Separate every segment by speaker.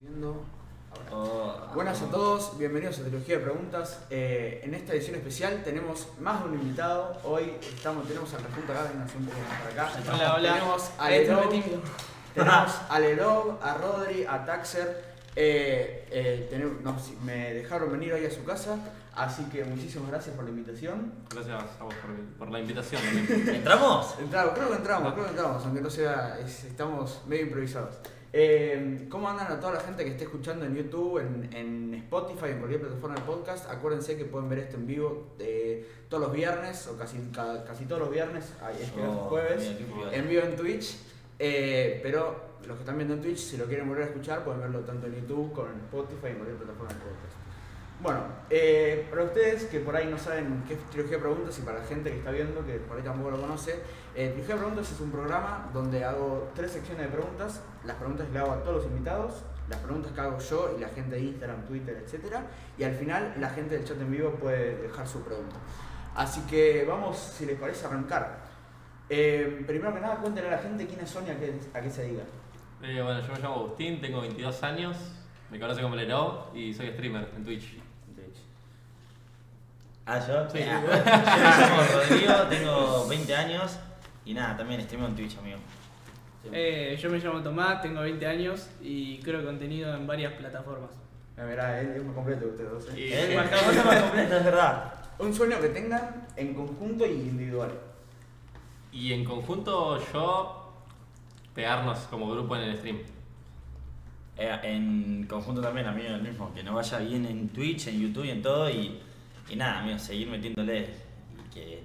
Speaker 1: Viendo.
Speaker 2: Oh,
Speaker 1: Buenas a todos, bienvenidos a Trilogía de Preguntas. Eh, en esta edición especial tenemos más de un invitado. Hoy estamos, tenemos al conjunto acá, vénganse un poco más para acá.
Speaker 3: Hola, hola.
Speaker 1: Tenemos
Speaker 2: Ah,
Speaker 1: a
Speaker 3: Ahí está,
Speaker 1: Lelov,
Speaker 3: me tímido.
Speaker 1: tenemos a Lelov, a Rodri, a Taxer. Eh, eh, tenem- nos- me dejaron venir hoy a su casa, así que muchísimas gracias por la invitación.
Speaker 4: Gracias a vos por, por la invitación. también.
Speaker 2: ¿Entramos?
Speaker 1: Entramos, creo que entramos, creo que entramos, aunque no sea, es- estamos medio improvisados. Eh, ¿Cómo andan a toda la gente que esté escuchando en YouTube, en, en Spotify, en cualquier plataforma de podcast? Acuérdense que pueden ver esto en vivo eh, todos los viernes, o casi, ca- casi todos los viernes, ay, es que no es
Speaker 2: Oh,
Speaker 1: jueves,
Speaker 2: mira, qué piola.
Speaker 1: en vivo en Twitch. Eh, pero los que están viendo en Twitch, si lo quieren volver a escuchar, pueden verlo tanto en YouTube como en Spotify, en cualquier plataforma de podcast. Bueno, eh, para ustedes que por ahí no saben qué es Trilogía de Preguntas y para la gente que está viendo que por ahí tampoco lo conoce, eh, Trilogía de Preguntas es un programa donde hago tres secciones de preguntas, las preguntas que le hago a todos los invitados, las preguntas que hago yo y la gente de Instagram, Twitter, etc. Y al final la gente del chat en vivo puede dejar su pregunta. Así que vamos, si les parece, a arrancar. Eh, primero que nada, cuéntenle a la gente quiénes son y a qué, a qué se diga.
Speaker 4: Eh, bueno, yo me llamo Agustín, tengo 22 años, me conocen como Lero y soy streamer en Twitch.
Speaker 2: Ah, yo.
Speaker 4: Sí.
Speaker 2: Ah, yo me llamo Rodrigo, tengo 20 años y nada, también streameo en Twitch, amigo.
Speaker 3: Eh, yo me llamo Tomás, tengo 20 años y creo contenido en varias plataformas.
Speaker 1: La verdad, Eh, es un completo de ustedes dos. ¿eh?
Speaker 4: Y-
Speaker 2: Es el más completo, más completo, es verdad.
Speaker 1: Un sueño que tengan en conjunto y individual.
Speaker 4: Y en conjunto yo pegarnos como grupo en el stream.
Speaker 2: Eh, en conjunto también, amigo, el mismo, que nos vaya bien en Twitch, en YouTube y en todo y, y nada, amigo, seguir metiéndole y que,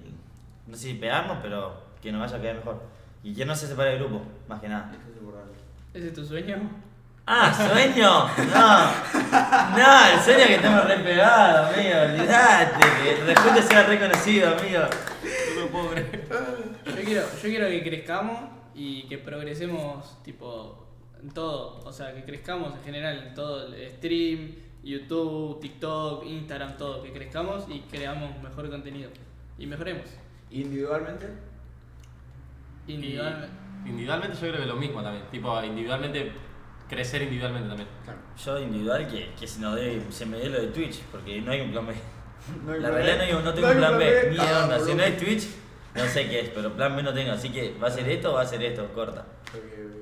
Speaker 2: no sé si pegarnos, pero que nos vaya a quedar mejor. Y que no se separe el grupo, más que nada.
Speaker 1: Eso es importante.
Speaker 3: ¿Ese es tu sueño?
Speaker 2: ¡Ah, sueño! No, no, el sueño que estamos re pegados, amigo, olvidate, que de repente sea reconocido, amigo.
Speaker 4: No lo puedo creer.
Speaker 3: Yo quiero, yo quiero que crezcamos y que progresemos tipo en todo. O sea, que crezcamos en general en todo. el Stream, YouTube, TikTok, Instagram, todo. Que crezcamos y creamos mejor contenido. Y mejoremos.
Speaker 1: Individualmente,
Speaker 3: Individualmente.
Speaker 4: Y individualmente yo creo que lo mismo también. Tipo, individualmente, crecer individualmente también.
Speaker 1: claro.
Speaker 2: Yo individual que, que se, nos dé, se me dé lo de Twitch, porque no hay un plan B.
Speaker 1: No hay
Speaker 2: La
Speaker 1: plan
Speaker 2: realidad no,
Speaker 1: B.
Speaker 2: hay, un- no tengo
Speaker 1: No hay
Speaker 2: un plan B, ni
Speaker 1: Ah,
Speaker 2: onda. Si
Speaker 1: boludo.
Speaker 2: no hay Twitch, no sé qué es, pero plan B no tengo. Así que va a ser esto o va a ser esto, corta.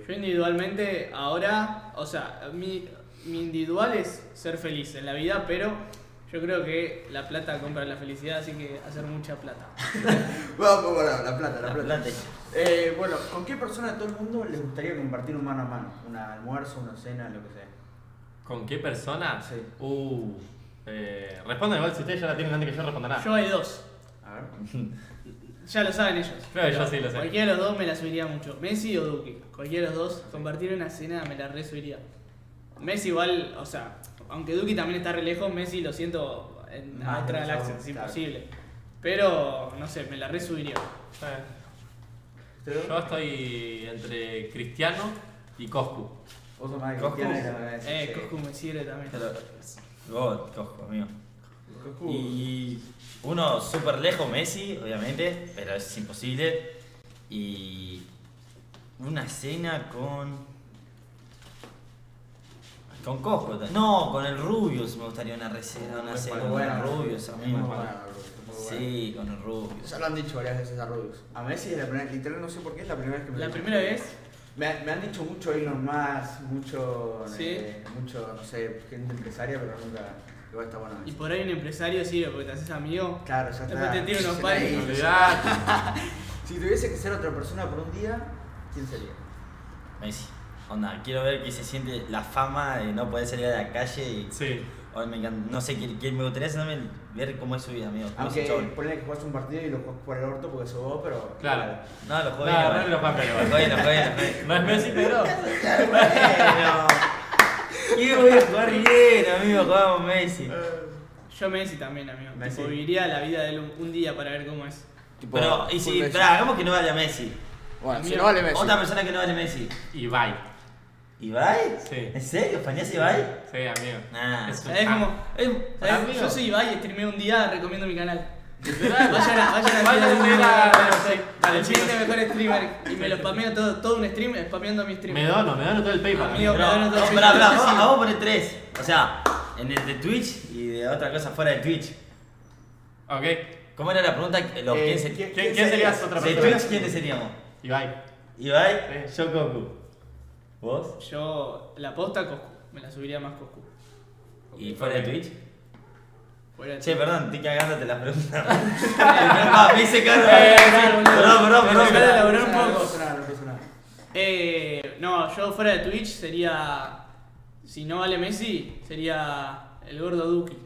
Speaker 3: Yo individualmente ahora, o sea, mi, mi individual es ser feliz en la vida, pero yo creo que la plata compra la felicidad, así que hacer mucha plata.
Speaker 1: Vamos, para la plata, la plata.
Speaker 2: Adelante.
Speaker 1: Eh, bueno, ¿con qué persona de todo el mundo les gustaría compartir un mano a mano? Un almuerzo, una cena, lo que sea.
Speaker 4: ¿Con qué persona?
Speaker 1: Sí.
Speaker 4: Uh, eh, respondan igual si ustedes ya la tienen antes que yo responda nada.
Speaker 3: Yo hay dos,
Speaker 1: A ver.
Speaker 3: ya lo saben ellos.
Speaker 4: Claro, yo
Speaker 3: pero
Speaker 4: sí lo sé.
Speaker 3: Cualquiera de los dos me la subiría mucho, Messi o Duque. Cualquiera de los dos, compartir una cena me la resubiría. Messi igual, o sea, aunque Duque también está re lejos, Messi lo siento en
Speaker 1: Más
Speaker 3: otra
Speaker 1: lejos,
Speaker 3: galaxia, es
Speaker 1: claro.
Speaker 3: imposible. Pero, no sé, me la resubiría.
Speaker 4: Eh,
Speaker 1: ¿Ustedes
Speaker 4: Yo
Speaker 1: dos?
Speaker 4: estoy entre Cristiano y Coscu.
Speaker 1: Vos sos más de
Speaker 2: Coscu.
Speaker 1: cristiana que la verdad, Ah, sí,
Speaker 3: Eh,
Speaker 1: sí.
Speaker 3: Coscu me sirve también.
Speaker 2: Pero, God, cojo, amigo.
Speaker 1: Coscu.
Speaker 2: Y uno súper lejos, Messi, obviamente, pero es imposible. Y una cena con. Con Cojo. No, con el Rubius me gustaría una recena, una
Speaker 1: Muy
Speaker 2: cena
Speaker 1: bueno,
Speaker 2: con el
Speaker 1: bueno.
Speaker 2: Rubius,
Speaker 1: Muy bueno,
Speaker 2: amigo.
Speaker 1: bro, muy bueno.
Speaker 2: Sí, con el Rubius.
Speaker 1: Ya lo han dicho varias veces a Rubius. A Messi es la primera, literal no sé por qué es la primera vez que me
Speaker 3: La
Speaker 1: dicen.
Speaker 3: primera vez
Speaker 1: Me, me han dicho mucho Elon Musk, mucho,
Speaker 3: Sí.
Speaker 1: eh, mucho, no sé, gente empresaria, pero nunca, igual está bueno.
Speaker 3: Y por ahí un empresario sirve porque te haces amigo.
Speaker 1: Claro, ya
Speaker 3: Después
Speaker 1: está.
Speaker 3: te tira unos
Speaker 1: Ya
Speaker 3: pares.
Speaker 1: está ahí.
Speaker 4: Olvidate.
Speaker 1: Si tuviese que ser otra persona por un día, ¿quién sería?
Speaker 2: Messi. Onda, quiero ver que se siente la fama de no poder salir a la calle y.
Speaker 4: Sí.
Speaker 2: Ay, me encanta- No sé, quién, quién- me gustaría saber ver cómo es su vida, amigo. ¿Cómo es el
Speaker 1: Aunque
Speaker 2: chabón?
Speaker 1: ponle que jugaste un partido y lo jugás por el orto porque sos vos, pero.
Speaker 4: Claro.
Speaker 2: No, lo
Speaker 4: No,
Speaker 2: juego
Speaker 4: no,
Speaker 2: bien,
Speaker 4: no lo juega, pero
Speaker 2: Lo
Speaker 4: bueno.
Speaker 2: juego bien, lo juego bien, lo juego bien.
Speaker 4: No es Messi, pero.
Speaker 2: Bueno. Y voy a jugar bien, amigo, jugamos Messi.
Speaker 3: Yo Messi también, amigo.
Speaker 1: Messi.
Speaker 3: Tipo, viviría la vida de él un, un día para ver cómo es.
Speaker 2: Pero, y si, pará, hagamos que no vaya Messi.
Speaker 1: Bueno, si
Speaker 3: Amigo,
Speaker 1: no vale Messi. Eh,
Speaker 2: Otra persona que no vale Messi.
Speaker 4: Y bye.
Speaker 2: ¿Ibai?
Speaker 4: Sí.
Speaker 2: ¿En serio? ¿Fañás Ibai?
Speaker 4: Sí, amigo.
Speaker 2: Nah.
Speaker 4: Es un
Speaker 3: ¿Sabés
Speaker 4: crack.
Speaker 3: cómo?
Speaker 2: Es-
Speaker 3: ¿Sabés?
Speaker 2: amigo.
Speaker 3: Yo soy Ibai, streameo un día, recomiendo mi canal. Vayan a, vayan a
Speaker 4: Vayan a
Speaker 3: seguirme,
Speaker 4: seguir a-
Speaker 3: vayan a-
Speaker 4: sí, dale,
Speaker 3: el siguiente
Speaker 4: chicos.
Speaker 3: mejor streamer. Y me lo spameo todo, todo un stream, spameando mi stream.
Speaker 4: Me dono, me dono todo el PayPal.
Speaker 3: Amigo.
Speaker 2: Pero,
Speaker 3: no, no,
Speaker 2: no,
Speaker 3: sí,
Speaker 2: pará, pará,
Speaker 3: sí,
Speaker 2: vos-
Speaker 3: sí.
Speaker 2: a vos ponés tres. O sea, en el de Twitch y de otra cosa fuera de Twitch.
Speaker 4: Ok.
Speaker 2: ¿Cómo era la pregunta? Los
Speaker 1: Eh,
Speaker 2: quién se-
Speaker 1: ¿quién-
Speaker 4: ¿Quién, quién serías otra
Speaker 2: De
Speaker 4: persona?
Speaker 2: Twitch, ¿quiénes seríamos?
Speaker 4: Ibai.
Speaker 2: Ibai,
Speaker 4: Sí.
Speaker 2: yo Goku. ¿Vos?
Speaker 3: Yo la posta Coscu, me la subiría más Coscu.
Speaker 2: ¿Y fuera de
Speaker 4: Ok.
Speaker 2: Twitch?
Speaker 3: Fuera de
Speaker 2: Che, perdón, estoy cagándote las preguntas. Disculpa, me hice cargo.
Speaker 3: Eh, claro, boludo.
Speaker 2: Perdón, perdón,
Speaker 3: Me
Speaker 2: perdón.
Speaker 3: hice cargo. elaborar un
Speaker 1: No
Speaker 3: poco.
Speaker 1: pasa nada, no pasa nada.
Speaker 3: Eh, no, yo fuera de Twitch sería. Si no vale Messi, sería el gordo Duki.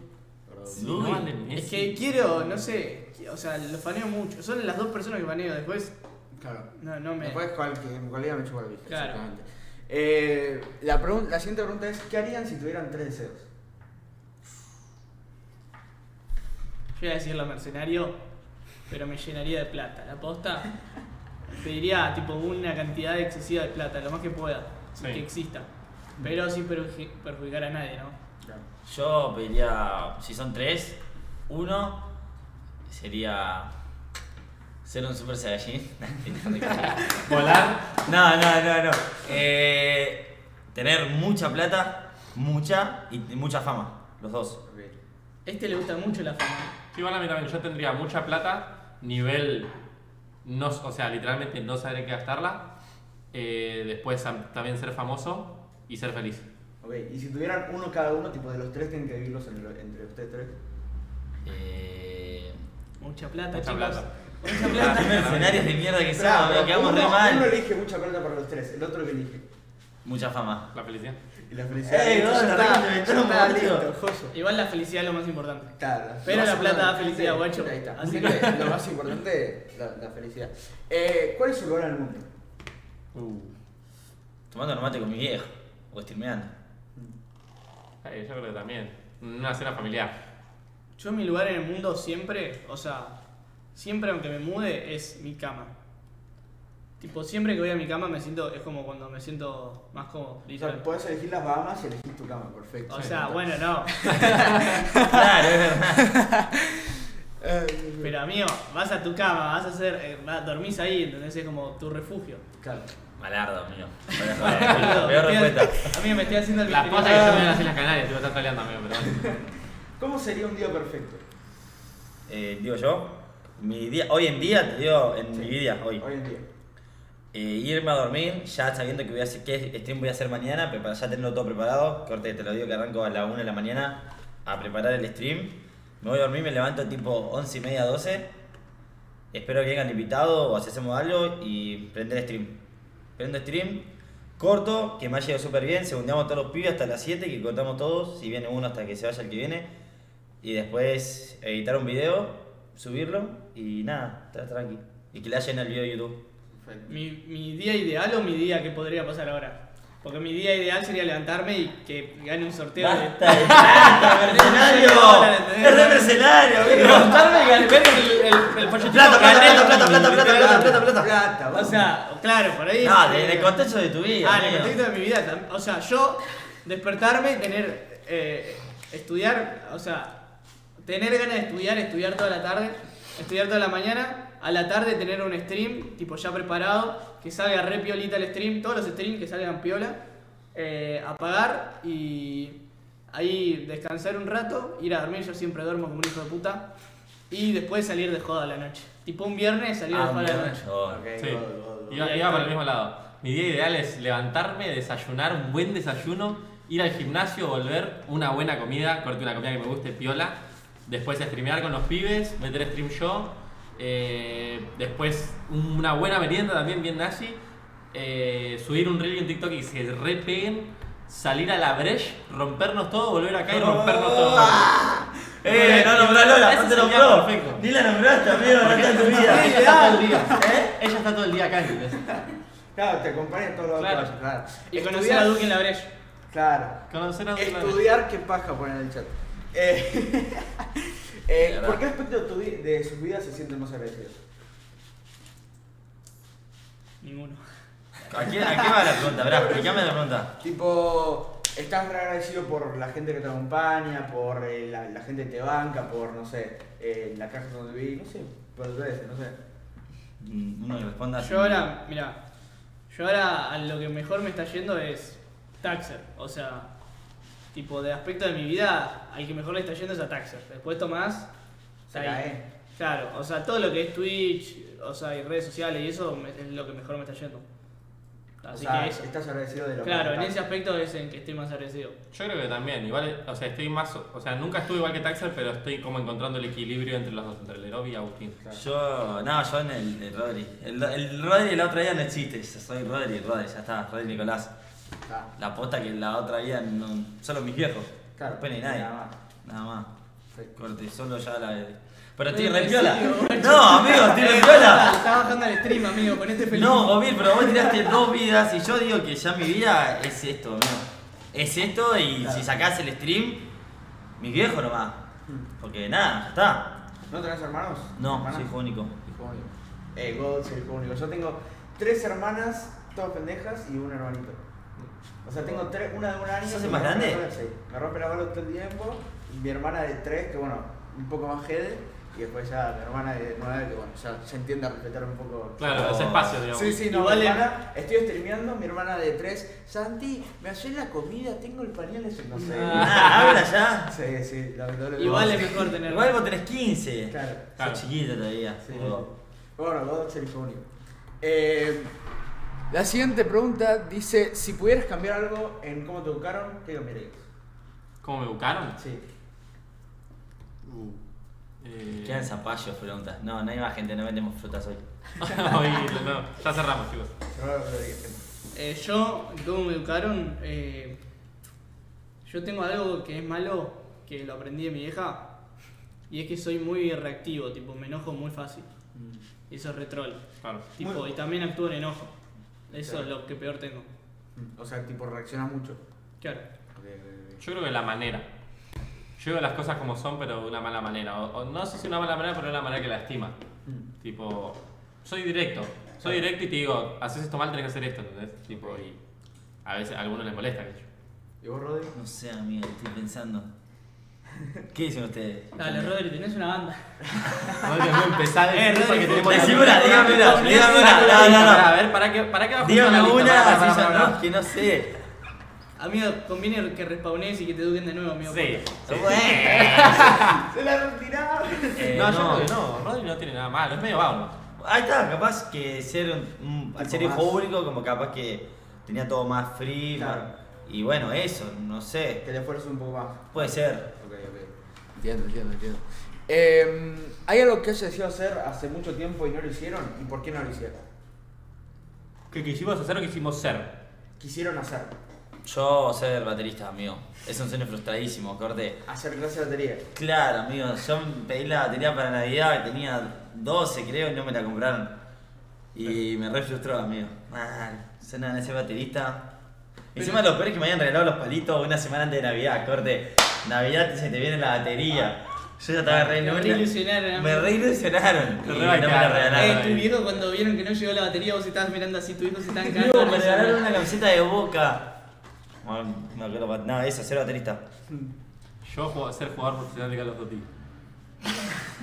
Speaker 4: Si
Speaker 2: Uy,
Speaker 4: no vale
Speaker 3: Es
Speaker 4: Messi.
Speaker 3: que quiero, no sé, o sea, lo faneo mucho. Son las dos personas que faneo, después
Speaker 1: Claro.
Speaker 3: no, no me.
Speaker 1: Después cual, que- en cualquiera me chupa la vista,
Speaker 3: Claro.
Speaker 1: exactamente. Eh, la, pregun- la siguiente pregunta es, ¿qué harían si tuvieran tres deseos?
Speaker 3: Yo iba a decirlo mercenario, pero me llenaría de plata. La posta pediría tipo una cantidad excesiva de plata, lo más que pueda,
Speaker 4: Sí. Mm.
Speaker 3: que exista. Pero sin perjudici- perjudicar a nadie, ¿no?
Speaker 2: Yo pediría, si son tres, uno sería ser un Super Saiyajin.
Speaker 4: Volar.
Speaker 2: no, no, no, no. Eh, tener mucha plata, mucha y mucha fama, los dos.
Speaker 3: Este le gusta mucho la fama.
Speaker 4: Sí, igual a mí también. Yo tendría mucha plata, nivel. No, o sea, literalmente no saber en qué gastarla. Eh, después am- también ser famoso y ser feliz.
Speaker 1: Ok, y si tuvieran uno cada uno, tipo de los tres tienen que vivirlos en lo- entre ustedes tres.
Speaker 2: Eh,
Speaker 3: Mucha plata,
Speaker 4: Mucha
Speaker 3: chicos.
Speaker 4: plata.
Speaker 3: Mucha
Speaker 2: qué
Speaker 3: plata.
Speaker 2: mercenarios de mierda que
Speaker 1: Pará,
Speaker 2: somos,
Speaker 1: pero
Speaker 2: me quedamos
Speaker 1: uno,
Speaker 2: re
Speaker 1: uno
Speaker 2: mal.
Speaker 1: elige mucha plata para los tres, el otro que elige.
Speaker 2: Mucha fama.
Speaker 4: La felicidad.
Speaker 1: Y la felicidad.
Speaker 2: Ey,
Speaker 1: Ya
Speaker 2: vos,
Speaker 1: está,
Speaker 2: arreglo, me
Speaker 1: ya
Speaker 2: tomo,
Speaker 1: está,
Speaker 2: boludo.
Speaker 1: listo, joso.
Speaker 3: Igual la felicidad es lo más importante.
Speaker 1: Claro.
Speaker 3: Pero
Speaker 1: Lo
Speaker 3: la
Speaker 1: más
Speaker 3: plata da
Speaker 1: importante-
Speaker 3: felicidad,
Speaker 1: sí,
Speaker 3: guacho.
Speaker 1: Ahí está.
Speaker 3: Así
Speaker 1: Lo más importante, la, la felicidad. Eh, ¿Cuál es su lugar en el mundo?
Speaker 4: Uh.
Speaker 2: Tomando un mate con mi viejo. O estirmeando.
Speaker 4: Eh, yo creo que también. Una cena familiar.
Speaker 3: Yo mi lugar en el mundo siempre, o sea, siempre aunque me mude es mi cama. Tipo, siempre que voy a mi cama me siento, es como cuando me siento más cómodo.
Speaker 1: O sea,
Speaker 3: literal.
Speaker 1: puedes elegir las Bahamas y elegir tu cama, perfecto.
Speaker 3: O sea, bueno, no.
Speaker 2: Claro, es verdad.
Speaker 1: Eh,
Speaker 3: Pero amigo, vas a tu cama, vas a hacer, eh, va- dormís ahí, entonces es como tu refugio.
Speaker 1: claro.
Speaker 2: Malardo, mío.
Speaker 3: Boludo,
Speaker 2: Peor
Speaker 3: me estoy-
Speaker 2: respuesta.
Speaker 3: Amigo, me estoy haciendo el
Speaker 4: Las
Speaker 3: misterioso.
Speaker 4: cosas que se ven en las Islas Canarias, te voy a estar peleando, amigo, pero bueno.
Speaker 1: ¿Cómo sería un día perfecto?
Speaker 2: Eh, digo yo, mi día, hoy en día, te digo, en
Speaker 1: Sí.
Speaker 2: mi vida, hoy.
Speaker 1: Hoy en día.
Speaker 2: Eh, irme a dormir, ya sabiendo que voy a hacer, qué stream voy a hacer mañana, prepara- ya tenerlo todo preparado. Corte, te lo digo que arranco a la 1 de la mañana a preparar el stream. Me voy a dormir, me levanto tipo 11 y media, 12. Espero que vengan invitados o así hacemos algo y prender stream. Prendo stream, corto, que me ha llegado súper bien. Segundamos a todos los pibes hasta las 7, que contamos todos. Si viene uno hasta que se vaya el que viene. Y después editar un video, subirlo y nada, está tranqui. Y que le hayan el video de YouTube.
Speaker 3: Mi, mi día ideal o mi día que podría pasar ahora. Porque mi día ideal sería levantarme y que gane un sorteo de
Speaker 2: ¡Basta de plata, mercenario! ¡Es de mercenario, amigo!
Speaker 3: Levantarme y ganar- ver el, el, el folletito
Speaker 2: Plata, plata,
Speaker 3: gané,
Speaker 2: plata, plata, plata, plata, plata, plata, plata.
Speaker 1: Plata,
Speaker 3: O
Speaker 1: vamos.
Speaker 3: sea, claro, por ahí.
Speaker 2: No,
Speaker 3: eh,
Speaker 2: en el contexto de tu vida.
Speaker 3: Ah, en el
Speaker 2: amigo.
Speaker 3: contexto de mi vida. tam- O sea, yo despertarme, tener. eh, estudiar, o sea, tener ganas de estudiar, estudiar toda la tarde, estudiar toda la mañana. A la tarde tener un stream, tipo ya preparado, que salga re piolita el stream, todos los streams que salgan piola. eh, apagar y ahí descansar un rato, ir a dormir, yo siempre duermo como un hijo de puta. Y después salir de joda a la noche. Tipo un viernes salir de
Speaker 2: Ah,
Speaker 3: joda a la
Speaker 2: mira,
Speaker 3: noche.
Speaker 2: yo-
Speaker 1: Ok,
Speaker 4: Sí.
Speaker 1: go, go, go.
Speaker 4: Iba, iba por el mismo lado. Mi día ideal es levantarme, desayunar, un buen desayuno, ir al gimnasio, volver, una buena comida, corte una comida que me guste, piola. Después streamear con los pibes, meter stream yo. eh, después una buena merienda también, bien nazi. eh, subir un reel en TikTok y se repeguen. Salir a la breche, rompernos todo, volver acá y rompernos todo.
Speaker 2: ¡Eh, no nombralo! La
Speaker 4: Ese
Speaker 2: gente
Speaker 4: sería
Speaker 2: nombró.
Speaker 4: perfecto.
Speaker 2: Ni la nombraste, amigo, no está en tu
Speaker 4: Ella
Speaker 2: vida.
Speaker 4: está todo el día. Ella está todo el día acá, ¿entendés?
Speaker 1: Claro, te acompaña en todos lados.
Speaker 4: Claro.
Speaker 1: Claro. claro.
Speaker 3: Y conocer
Speaker 1: Estudiar-
Speaker 3: a Duque en la brecha.
Speaker 1: Claro.
Speaker 4: Conocer a
Speaker 1: Estudiar, qué paja poner en el chat. Eh, eh,
Speaker 2: Claro.
Speaker 1: ¿Por qué aspecto de, tu vi- de sus vidas se sienten más agradecidos?
Speaker 3: Ninguno.
Speaker 2: ¿A qué, ¿A qué va la pregunta? Verá, explícame la pregunta.
Speaker 1: Tipo, estás re agradecido por la gente que te acompaña, por eh, la, la gente que te banca, por, no sé, eh, la caja donde vi, no sé, por el veces, no sé.
Speaker 2: Mm, Uno que responda así.
Speaker 3: Yo ahora, mira, yo ahora a lo que mejor me está yendo es Taxer. O sea, tipo de aspecto de mi vida, al que mejor le está yendo es a Taxer. Después Tomás,
Speaker 1: Se
Speaker 3: está ahí.
Speaker 1: cae.
Speaker 3: Claro, o sea, todo lo que es Twitch, o sea, y redes sociales y eso me- es lo que mejor me está yendo.
Speaker 1: O
Speaker 3: Así
Speaker 1: sea,
Speaker 3: que eso.
Speaker 1: estás agradecido de lo
Speaker 3: Claro,
Speaker 1: que
Speaker 3: en
Speaker 1: te
Speaker 3: ese aspecto es en que estoy más agradecido.
Speaker 4: Yo creo que también, igual, o sea, estoy más, o sea, nunca estuve igual que Taxer, pero estoy como encontrando el equilibrio entre los dos, entre Leroy y Agustín.
Speaker 2: Yo, no, yo en el, el Rodri. El, el Rodri el otro día no existe. Soy Rodri, Rodri, ya está, Rodri Nicolás.
Speaker 1: Está.
Speaker 2: La posta que la otra vida no, solo mis viejos.
Speaker 1: Claro,
Speaker 2: Después ni nadie.
Speaker 1: nada más.
Speaker 2: Nada más.
Speaker 1: Perfecto.
Speaker 2: Corte, solo ya la. Pero estoy
Speaker 3: Pero
Speaker 2: re
Speaker 3: sí,
Speaker 2: piola.
Speaker 3: boludo.
Speaker 2: No, amigo, estoy re
Speaker 3: Está
Speaker 2: piola.
Speaker 3: está bajando el stream, amigo, con este feliz.
Speaker 2: No, Gomil, pero vos tiraste dos vidas y yo digo que ya mi vida es esto, amigo. Es esto y
Speaker 1: Claro.
Speaker 2: si sacás el stream, mis viejos nomás. Porque nada, ya está.
Speaker 1: ¿No tenés hermanos?
Speaker 2: No,
Speaker 1: ¿Hermanas?
Speaker 2: soy hijo único.
Speaker 1: Hijo único. Eh, God, soy hijo único. Yo tengo tres hermanas, todas pendejas, y un hermanito. O sea, tengo tres, una de un año.
Speaker 2: ¿Sos
Speaker 1: que
Speaker 2: el
Speaker 1: me
Speaker 2: más
Speaker 1: rompe la
Speaker 2: grande?
Speaker 1: bola, Sí, me rompe la bola todo el tiempo. Y mi hermana de tres, que bueno, un poco más jede. Y después ya mi hermana de nueve, que bueno, ya se entiende a respetarme un poco.
Speaker 4: Claro,
Speaker 2: Oh.
Speaker 4: ese espacio, digamos.
Speaker 1: Sí, sí, no,
Speaker 3: Igual
Speaker 1: mi
Speaker 3: en-
Speaker 1: hermana, estoy streameando, mi hermana de tres, Santi, me haces la comida, tengo el pañal en su... No sé.
Speaker 2: Ah, habla ya.
Speaker 1: Sí, sí, la verdad lo que
Speaker 3: Igual
Speaker 1: vos-
Speaker 3: es mejor tener.
Speaker 2: Igual vos tenés 15.
Speaker 1: Claro.
Speaker 4: Claro.
Speaker 2: Sos chiquito todavía.
Speaker 1: Sí.
Speaker 2: boludo.
Speaker 1: Bueno, God es el hijo único. Eh, la siguiente pregunta dice, si pudieras cambiar algo en cómo te educaron, ¿qué cambiarías?
Speaker 4: ¿Cómo me buscaron?
Speaker 1: Sí. Uh.
Speaker 4: Eh,
Speaker 2: Quedan zapallos, preguntas. No, no hay más gente, no vendemos frutas hoy.
Speaker 4: hoy, no, ya cerramos, chicos.
Speaker 1: Yo no lo dije.
Speaker 3: Eh, yo, ¿cómo me educaron? Eh, yo tengo algo que es malo, que lo aprendí de mi vieja, y es que soy muy reactivo, tipo, me enojo muy fácil.
Speaker 1: Mm.
Speaker 3: Y eso es retrol.
Speaker 4: Claro.
Speaker 3: Tipo,
Speaker 1: Muy-
Speaker 3: y también actúo en enojo. Eso
Speaker 1: Claro.
Speaker 3: es lo que peor tengo.
Speaker 1: O sea, tipo, reaccionas mucho.
Speaker 3: Claro.
Speaker 4: Yo creo que la manera. Yo veo las cosas como son, pero de una mala manera. O, o no sé si una mala manera, pero de una manera que lastima.
Speaker 1: Mm.
Speaker 4: Tipo, soy directo. Soy directo y te digo, haces esto mal, tenés que hacer esto, ¿entendés? Tipo, y a veces a algunos les molesta, de hecho.
Speaker 1: ¿Y vos, Rodri?
Speaker 2: No sé, amigo, estoy pensando. ¿Qué dicen ustedes?
Speaker 3: Dale, Rodri, tenés una banda.
Speaker 4: No te voy a empezar
Speaker 2: Eh, Rodri,
Speaker 4: porque tenemos
Speaker 2: decí
Speaker 4: la-
Speaker 2: una, dígame una,
Speaker 4: No,
Speaker 2: dígame
Speaker 4: no,
Speaker 2: una,
Speaker 4: no,
Speaker 2: no, no, no.
Speaker 4: pará, A ver, ¿para qué, para qué va
Speaker 2: Dígame
Speaker 4: juntando la lista?
Speaker 2: una,
Speaker 4: Pará, pará,
Speaker 2: así ya
Speaker 4: pará,
Speaker 2: no,
Speaker 4: pará.
Speaker 2: que no sé.
Speaker 3: Amigo, conviene que respawnes y que te eduquen de nuevo, amigo.
Speaker 4: Sí.
Speaker 1: ¡Se la retiraron!
Speaker 2: Eh,
Speaker 4: no, yo creo que no. Rodri no tiene nada malo, es medio vago.
Speaker 2: Ahí está, capaz que ser un, un- al
Speaker 1: Tipo
Speaker 2: ser hijo
Speaker 1: más.
Speaker 2: único, como capaz que tenía todo más free.
Speaker 1: Claro.
Speaker 2: más- y bueno, eso, no sé.
Speaker 1: Que te esfuerces un poco más.
Speaker 2: Puede ser.
Speaker 1: Ok, ok. Entiendo, entiendo, entiendo. Eh, ¿Hay algo que hayas decidido hacer hace mucho tiempo y no lo hicieron? ¿Y por qué no lo hicieron?
Speaker 4: ¿Qué quisimos hacer o quisimos ser?
Speaker 1: Quisieron hacer.
Speaker 2: Yo ser baterista, amigo. Es un sueño frustradísimo, corte.
Speaker 1: Hacer clase de batería.
Speaker 2: Claro, amigo, yo pedí la batería para Navidad, tenía 12 creo, y no me la compraron. Y me re frustró, amigo. Mal, suena ese baterista. Encima lo peor es que me habían regalado los palitos una semana antes de Navidad, corte. Navidad se te viene la batería. Yo ya estaba re
Speaker 3: Te
Speaker 2: en una.
Speaker 3: reilusionaron,
Speaker 2: Me
Speaker 3: amigo.
Speaker 2: reilusionaron.
Speaker 4: Te
Speaker 2: Y
Speaker 4: re
Speaker 2: no me la
Speaker 4: bancaron.
Speaker 2: regalaron.
Speaker 3: Eh,
Speaker 4: Rodri.
Speaker 3: tu viejo cuando vieron que no llegó la batería, vos estabas mirando así, tu hijo se está
Speaker 2: Amigo,
Speaker 3: encantando.
Speaker 2: me regalaron una camiseta de boca. Bueno, no, creo- no, esa, ser baterista.
Speaker 1: Mm.
Speaker 4: Yo juego- ser jugador profesional de Call of Duty.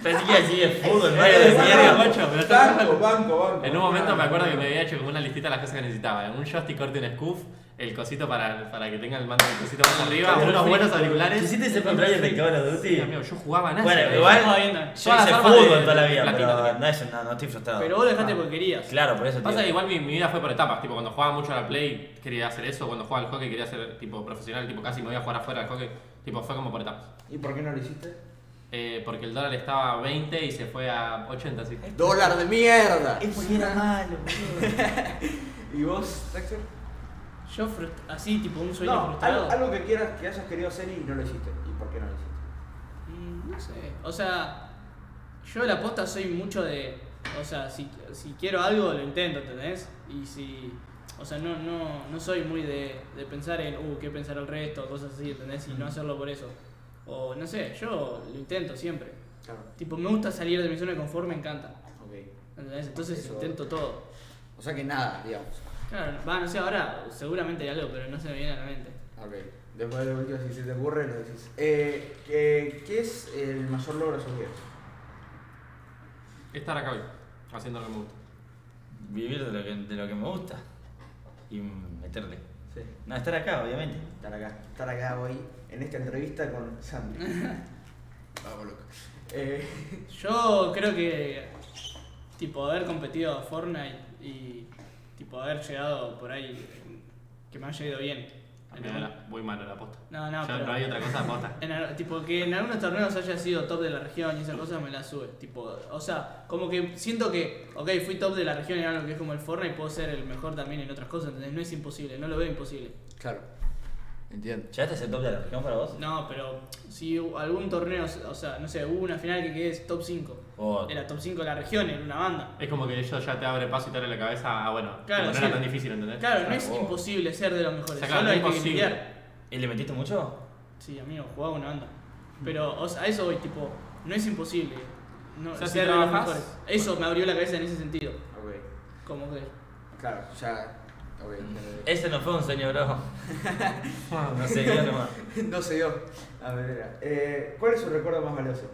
Speaker 2: Pensé que iba a decir de fútbol, no
Speaker 4: Eh,
Speaker 2: de
Speaker 4: bueno,
Speaker 2: mierda.
Speaker 4: guacho, pero está-
Speaker 1: Banco, banco, banco.
Speaker 4: En un momento me acuerdo que me había hecho como una listita de las cosas que necesitaba. Un joystick corte, un scuff, el cosito para, para que tenga el mando, el cosito más arriba,
Speaker 2: Claro,
Speaker 4: unos
Speaker 2: sí.
Speaker 4: buenos auriculares.
Speaker 2: ¿Quisiste ese control de Call of Duty?
Speaker 4: Sí, amigo, yo jugaba nada.
Speaker 2: Bueno,
Speaker 4: ¿sabes?
Speaker 3: estaba
Speaker 2: igual
Speaker 3: viendo.
Speaker 2: yo hice
Speaker 4: Todas las armas
Speaker 2: fútbol
Speaker 4: de-
Speaker 2: toda la
Speaker 4: de
Speaker 2: vida,
Speaker 4: platino
Speaker 2: pero
Speaker 4: tenía.
Speaker 2: no, eso, no, no estoy frustrado.
Speaker 3: Pero vos lo
Speaker 4: Ah.
Speaker 3: dejaste porque querías.
Speaker 2: Claro, por eso te
Speaker 4: Pasa que
Speaker 2: digo.
Speaker 4: igual mi, mi vida fue por etapas, tipo cuando jugaba mucho a la Play quería hacer eso, cuando jugaba al hockey quería ser tipo profesional, tipo casi me voy a jugar afuera al hockey, tipo fue como por etapas.
Speaker 1: ¿Y por qué no lo hiciste?
Speaker 4: Eh, porque el dólar estaba a 20 y se fue a 80, así.
Speaker 1: ¡Dólar de mierda!
Speaker 2: Es porque era malo, boludo.
Speaker 1: ¿Y vos, Dexter?
Speaker 3: Yo frust- así, tipo un sueño
Speaker 1: No,
Speaker 3: frustrado.
Speaker 1: algo, algo que quieras, que hayas querido hacer y no lo hiciste. ¿Y por qué no lo hiciste?
Speaker 3: Mm, No sé. O sea, yo la posta soy mucho de. O sea, si, si quiero algo, lo intento, ¿entendés? Y si. O sea, no, no, no soy muy de, de pensar en, uh, qué pensar el resto, cosas así, ¿entendés? Y no hacerlo por eso. O no sé, yo lo intento siempre.
Speaker 1: Claro,
Speaker 3: Tipo, me gusta salir de mi zona de confort, me encanta.
Speaker 1: ok.
Speaker 3: ¿Entendés? Entonces
Speaker 1: Eso.
Speaker 3: intento todo.
Speaker 1: O sea que nada, digamos.
Speaker 3: Claro, va, no sé, ahora seguramente hay algo, pero no se me viene a la mente.
Speaker 1: Ok, después de lo último, si se te ocurre, lo decís. Eh, eh, ¿Qué es el mayor logro de esos días?
Speaker 4: Estar acá hoy, haciendo lo que me gusta.
Speaker 2: Vivir de lo que, de lo que me gusta y meterle.
Speaker 1: Sí.
Speaker 2: No, estar acá, obviamente.
Speaker 1: Estar acá, estar acá hoy en esta entrevista con Sandy. Vamos, loco. Eh,
Speaker 3: Yo creo que tipo haber competido a Fortnite y tipo haber llegado por ahí eh, que me haya ido bien. En
Speaker 4: Mira,
Speaker 3: algún-
Speaker 4: la- voy mal a la posta.
Speaker 3: No, no,
Speaker 4: Ya
Speaker 3: pero-
Speaker 4: no hay otra cosa de posta.
Speaker 3: en al- tipo que en algunos torneos haya sido top de la región y esas cosas me las sube. Tipo, o sea, como que siento que, ok, fui top de la región en algo que es como el Fortnite, puedo ser el mejor también en otras cosas, entonces no es imposible, no lo veo imposible.
Speaker 1: claro, entiendo.
Speaker 2: ¿Llegaste a ese top de la región para vos?
Speaker 3: No, pero si hubo algún torneo, o sea, no sé, hubo una final que quedé top 5.
Speaker 2: O-
Speaker 3: Era top 5 de la región, en una banda.
Speaker 4: Es como que ellos ya te abren paso y te abren la cabeza. Ah, bueno,
Speaker 3: Claro,
Speaker 4: como no
Speaker 3: sí.
Speaker 4: era tan difícil, ¿entendés?
Speaker 3: Claro, no es
Speaker 2: vos.
Speaker 3: imposible ser de los mejores,
Speaker 4: O sea, claro,
Speaker 3: solo
Speaker 4: no
Speaker 3: hay
Speaker 4: es
Speaker 3: que
Speaker 4: posible.
Speaker 3: estudiar.
Speaker 2: ¿Y le metiste mucho?
Speaker 3: Sí, amigo, jugaba una banda. Pero o sea, a eso voy, tipo, no es imposible no,
Speaker 4: O sea, si
Speaker 3: ser de los
Speaker 4: trabajás,
Speaker 3: mejores. Eso me abrió la cabeza en ese sentido.
Speaker 1: Ok,
Speaker 3: Como que.
Speaker 1: claro, ya. ok, entiendo.
Speaker 2: Ese no fue un sueño, bro. No sé, yo nomás.
Speaker 1: no se dio. A ver, era. Eh, ¿Cuál es su recuerdo más valioso?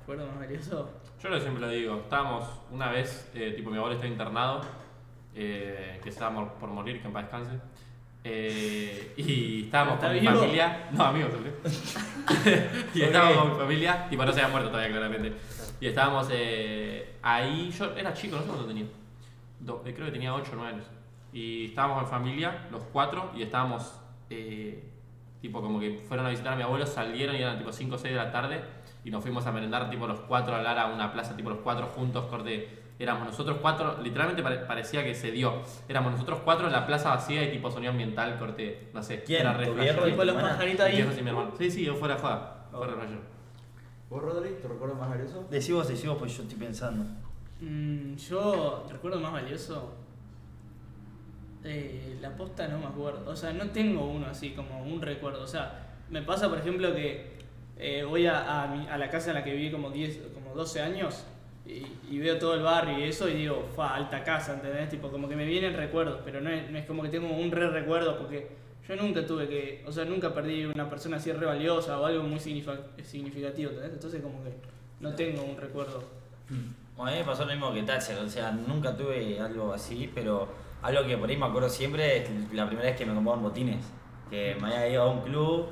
Speaker 3: Recuerdo más valioso.
Speaker 4: Yo lo siempre lo digo, estábamos una vez, eh, tipo mi abuelo está internado, eh, que estaba mor- por morir, que en paz descanse. eh, y estábamos
Speaker 3: ¿Está
Speaker 4: con mi
Speaker 3: vivo?
Speaker 4: familia. No, amigo, ¿sabes? Y estábamos con mi familia, tipo no se había muerto todavía, claramente. Y estábamos eh, ahí, yo era chico, no sé cuánto tenía. Do- eh, creo que tenía 8 o 9 años. Y estábamos en familia, los cuatro, y estábamos, eh, tipo, como que fueron a visitar a mi abuelo, salieron y eran tipo 5 o 6 de la tarde, y nos fuimos a merendar, tipo, los cuatro a hablar a una plaza, tipo, los cuatro juntos, corte. Éramos nosotros cuatro, literalmente pare- parecía que se dio. Éramos nosotros cuatro en la plaza vacía y tipo sonido ambiental, corte, no sé.
Speaker 2: ¿Quién?
Speaker 4: Era re
Speaker 2: ¿Tu
Speaker 4: flashero.
Speaker 2: viejo y
Speaker 3: Tipo
Speaker 2: tu
Speaker 3: los
Speaker 2: hermana?
Speaker 3: pajaritos
Speaker 4: Mi viejo
Speaker 3: ahí.
Speaker 4: y mi hermano. Sí, sí, yo fuera joda. Fuera rayo.
Speaker 1: ¿Vos, Rodri, tu recuerdo más valioso?
Speaker 2: Decí vos, decí vos, pues yo estoy pensando.
Speaker 3: Mm, yo, recuerdo más valioso. Eh, la posta no me acuerdo. O sea, no tengo uno así como un recuerdo. O sea, me pasa, por ejemplo, que eh, voy a, a mi- a la casa en la que viví como 10, como 12 años y, y veo todo el barrio y eso y digo, fa, alta casa, ¿entendés? Tipo, como que me vienen recuerdos, pero no es, no es como que tengo un re recuerdo porque yo nunca tuve que, o sea, nunca perdí una persona así re valiosa o algo muy signifa- significativo, ¿entendés? Entonces, como que no tengo un recuerdo.
Speaker 1: Hmm.
Speaker 2: Bueno, a mí me pasó lo mismo que Thatcher, o sea, nunca tuve algo así, pero algo que por ahí me acuerdo siempre es la primera vez que me compraron botines. Que me había ido a un club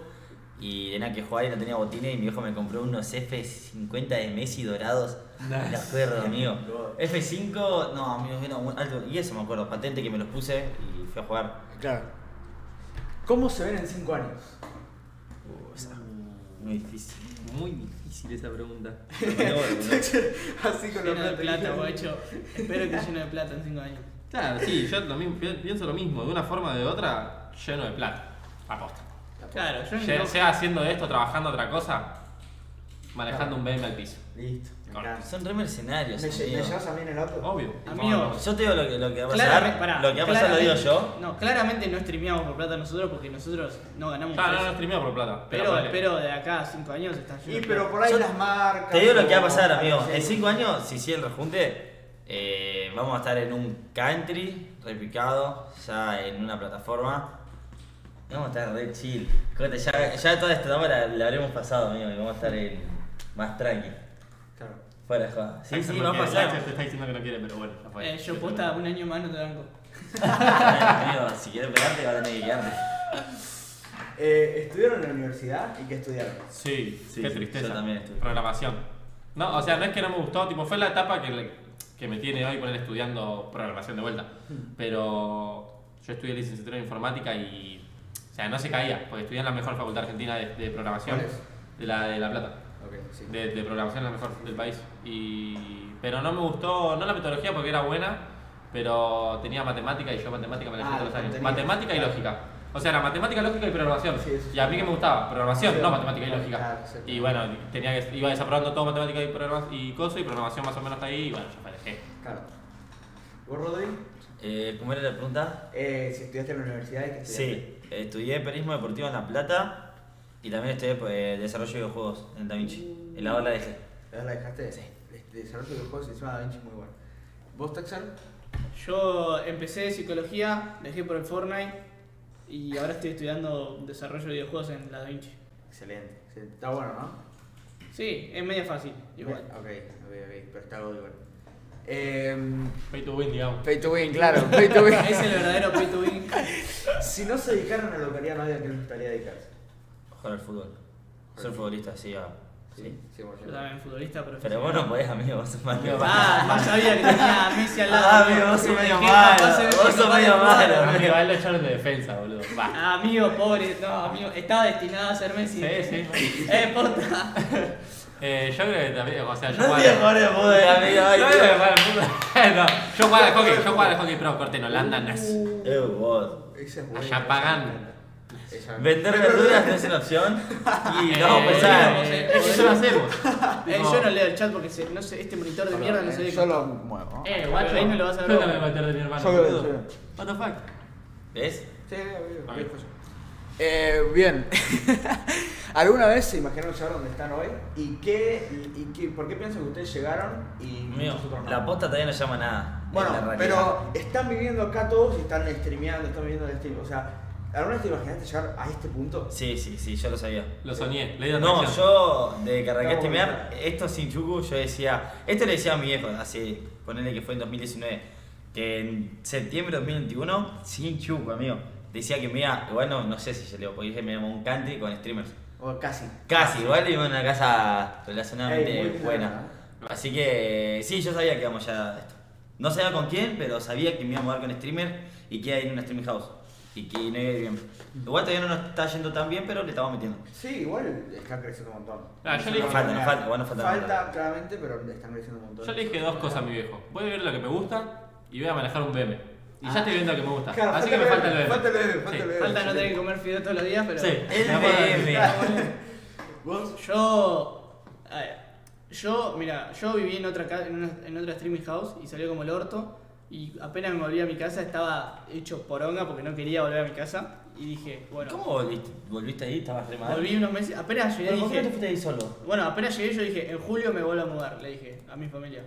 Speaker 2: y tenía que jugar y no tenía botines y mi viejo me compró unos F50 de Messi dorados. Me acuerdo, amigo. F5, no, amigo, no, un- algo- y eso me acuerdo, patente que me los puse y fui a jugar.
Speaker 1: Claro. ¿Cómo se ven en 5 años?
Speaker 2: Uh, esa-
Speaker 3: Mm.
Speaker 2: muy difícil.
Speaker 4: Muy difícil esa pregunta.
Speaker 2: No tengo oro, boludo.
Speaker 1: Así con
Speaker 3: Lleno de
Speaker 1: los
Speaker 3: plata, guacho. Espero que lleno de plata en 5 años.
Speaker 4: Claro, sí, yo lo mismo, pi- pienso lo mismo, de una forma o de otra, lleno de plata. Aposta.
Speaker 3: Claro, yo
Speaker 4: Sea,
Speaker 3: no-
Speaker 4: sea haciendo esto, trabajando otra cosa, manejando un BM al piso.
Speaker 1: Listo. Me,
Speaker 4: Claro.
Speaker 1: encanta.
Speaker 2: Son re mercenarios.
Speaker 1: ¿Me, lle- me
Speaker 2: amigo.
Speaker 1: llevas a mí en el auto?
Speaker 4: Obvio.
Speaker 3: Amigo,
Speaker 2: Yo te digo lo que, lo que va a pasar.
Speaker 3: Claramente- pará,
Speaker 2: lo que va a pasar lo digo
Speaker 3: claramente-
Speaker 2: yo.
Speaker 3: No, claramente no streameamos por plata nosotros porque nosotros no ganamos
Speaker 4: Claro, no,
Speaker 3: peso.
Speaker 4: no streameo por plata.
Speaker 3: pero,
Speaker 4: ponele.
Speaker 3: espero de acá a 5 años están llenos
Speaker 1: Y
Speaker 3: de
Speaker 1: pero
Speaker 3: plata.
Speaker 1: por ahí
Speaker 2: Yo-
Speaker 1: las marcas.
Speaker 2: Te digo lo que va a pasar,
Speaker 1: o-
Speaker 2: amigo.
Speaker 1: sí.
Speaker 2: En 5 años, si sí el rejunte, eh, vamos a estar en un country replicado, ya en una plataforma. Vamos a estar re chill. Corte, Ya, ya toda esta etapa la, la habremos pasado, amigo. y Vamos a estar en más tranqui.
Speaker 1: Claro.
Speaker 2: Fuera de joda. Sí,
Speaker 4: Axel
Speaker 2: sí,
Speaker 4: no
Speaker 2: va a
Speaker 4: quiere,
Speaker 2: pasar.
Speaker 4: Axel te está diciendo que no quiere, pero bueno, ya fue.
Speaker 3: Eh, yo posta un año más no te banco.
Speaker 2: Bueno, amigo, si quieres pegarte, vas a tener que quedarte.
Speaker 1: Eh, ¿Estudiaron en la universidad y qué estudiaron?
Speaker 4: Sí,
Speaker 2: Sí,
Speaker 4: qué
Speaker 2: sí,
Speaker 4: tristeza.
Speaker 2: yo también estuve.
Speaker 4: Programación. No, o sea, no es que no me gustó, tipo, fue la etapa que, le- que me tiene hoy poner estudiando programación de vuelta.
Speaker 1: Mm.
Speaker 4: Pero yo estudié licenciatura en informática y. O sea, no se caía, porque estudié en la mejor facultad argentina de, de programación.
Speaker 1: ¿Cuál es?
Speaker 4: De la de La Plata.
Speaker 1: Ok, sí.
Speaker 4: De, de programación la mejor del país. Y, pero no me gustó, no la metodología porque era buena, pero tenía matemática y yo matemática me la llevé
Speaker 1: Ah,
Speaker 4: todos los años.
Speaker 1: contenido.
Speaker 4: Matemática y lógica. O sea, era matemática, lógica y programación.
Speaker 1: Sí, eso
Speaker 4: y a mí que me gustaba, programación,
Speaker 1: Sí,
Speaker 4: no matemática y
Speaker 1: claro,
Speaker 4: lógica.
Speaker 1: claro, exacto.
Speaker 4: y bueno, tenía que, iba desaprobando todo matemática y, programa, y coso y programación más o menos ahí y bueno, ya me dejé.
Speaker 1: Claro. ¿Vos, Rodri?
Speaker 2: Eh, ¿Cómo era la pregunta?
Speaker 1: Eh, si estudiaste en la universidad y qué estudiaste.
Speaker 2: Sí, estudié periodismo deportivo en La Plata y también estudié eh, desarrollo de videojuegos en Da Vinci. El lado la dejé.
Speaker 1: Este, ¿Ya ¿La dejaste? Sí. Desarrollo de juegos encima de Da Vinci es muy bueno. ¿Vos, Taxan?
Speaker 3: Yo empecé psicología, dejé por el Fortnite y ahora estoy estudiando desarrollo de videojuegos en la Da Vinci.
Speaker 1: Excelente, excelente. Está bueno, ¿no?
Speaker 3: Sí, es media fácil, igual.
Speaker 1: Ok, ok, ok, pero está algo igual. Eh,
Speaker 4: Pay to win, digamos.
Speaker 1: pay to win, claro, pay to win.
Speaker 3: es el verdadero pay to win.
Speaker 1: si no se dedicaran a lo que harían hoy, ¿a qué les gustaría dedicarse?
Speaker 2: Jugar al fútbol. Ser
Speaker 1: Sí.
Speaker 2: futbolista, sí, ah, sí.
Speaker 1: sí, por
Speaker 3: Yo
Speaker 1: ejemplo.
Speaker 3: también futbolista
Speaker 2: Pero
Speaker 3: profesional.
Speaker 2: vos no podés, amigo, vos sos malo.
Speaker 3: Ah, no sabía que tenía a Messi al lado.
Speaker 2: Ah, amigo, vos sos
Speaker 3: Dije,
Speaker 2: medio
Speaker 3: capaz
Speaker 2: malo,
Speaker 3: se ve
Speaker 2: vos
Speaker 3: que
Speaker 2: sos
Speaker 3: capaz
Speaker 2: medio
Speaker 3: de jugar.
Speaker 2: malo.
Speaker 4: Amigo, a él lo echaron de defensa, boludo. Va.
Speaker 3: Ah, amigo, pobre, no, amigo, estaba destinado a ser Messi.
Speaker 4: Sí, sí.
Speaker 3: Eh, posta.
Speaker 4: Eh, yo creo que también, o sea, yo
Speaker 2: No te
Speaker 4: jugaba-
Speaker 2: jugar de fútbol, amigo. ay,
Speaker 4: No, no,
Speaker 2: Dios.
Speaker 4: no, no, yo jugaba al hockey, yo jugaba al hockey pro, corté en Holanda, nazi.
Speaker 2: Eh, vos.
Speaker 1: Uh. Esa es buena,
Speaker 4: Allá
Speaker 1: esa me
Speaker 4: pagan.
Speaker 1: encanta. Esa me-
Speaker 2: Vender verduras no es una opción. Y
Speaker 4: Eh,
Speaker 2: no, pues, pensá.
Speaker 3: eh,
Speaker 4: Eso lo hacemos.
Speaker 3: Eh, yo no leo el chat porque se- no sé, este monitor de
Speaker 2: eh,
Speaker 3: mierda no se ve.
Speaker 1: Yo lo eh, muevo.
Speaker 3: Eh, guacho, ahí no lo vas a ver.
Speaker 4: Yo también voy a meter de mi hermano.
Speaker 1: Yo creo que
Speaker 4: boludo.
Speaker 1: sí.
Speaker 4: What the fuck?
Speaker 2: ¿Ves?
Speaker 1: Sí, obvio,
Speaker 4: Ah,
Speaker 1: obvio,
Speaker 4: bien.
Speaker 1: Eh, bien. ¿Alguna vez se imaginaron llegar donde están hoy? ¿Y qué, y, y qué- por qué piensan que ustedes llegaron y
Speaker 2: Amigo,
Speaker 1: nosotros no?
Speaker 2: la posta todavía no llama a nada.
Speaker 1: Bueno,
Speaker 2: en la realidad.
Speaker 1: pero están viviendo acá todos y están streameando, están viviendo el stream. O sea, ¿alguna vez te imaginaste llegar a este punto?
Speaker 2: Sí, sí, sí, yo lo sabía.
Speaker 4: Lo soñé, leí de
Speaker 2: No,
Speaker 4: atracción.
Speaker 2: yo desde que arranqué a
Speaker 1: Estamos
Speaker 2: streamear,
Speaker 1: bien.
Speaker 2: esto sin yuku, yo decía, esto le decía a mi viejo hace, ponerle que fue en 2019, que en septiembre de 2021, sin chuco, amigo, decía que me iba, igual no, no sé si yo leo, porque dije me iba a un country con streamers.
Speaker 1: O casi.
Speaker 2: Casi, igual vivo en una casa relacionadamente
Speaker 1: Ey, muy
Speaker 2: buena.
Speaker 1: buena.
Speaker 2: Así que sí, yo sabía que íbamos ya a esto. No sabía con quién, pero sabía que me iba a mudar con streamer y que iba a ir en una streaming house. Y que no iba a ir bien. Igual todavía no nos está yendo tan bien, pero le estamos metiendo.
Speaker 1: Sí, igual están creciendo un montón.
Speaker 4: Ah, yo le digo-
Speaker 2: Falta, nos falta, bueno, falta.
Speaker 1: Falta, claramente, pero están creciendo un montón.
Speaker 4: Yo le dije dos cosas a mi viejo. Voy a ver lo que me gusta y voy a manejar un BM. Y ya estoy viendo lo que me gusta.
Speaker 1: Claro,
Speaker 4: Así que me falta el BM.
Speaker 1: Falta el BM, falta
Speaker 4: Sí.
Speaker 1: el BM.
Speaker 3: Falta no tener que comer fideo todos los días, pero.
Speaker 4: Sí.
Speaker 2: El
Speaker 4: Me acuerdo de-
Speaker 2: BM.
Speaker 1: ¿Vos?
Speaker 3: Yo. a ver, yo, mira, yo viví en otra, ca- en, una- en otra streaming house y salió como el orto. Y apenas me volví a mi casa estaba hecho poronga porque no quería volver a mi casa. Y dije, bueno,
Speaker 2: ¿Cómo volviste? ¿Volviste ahí? ¿Estabas re mal?
Speaker 3: volví unos meses. Apenas llegué,
Speaker 2: Pero, ¿Por qué no te
Speaker 3: dije.
Speaker 2: fuiste ahí solo?
Speaker 3: Bueno, apenas llegué, yo dije, en julio me vuelvo a mudar, le dije a mi familia.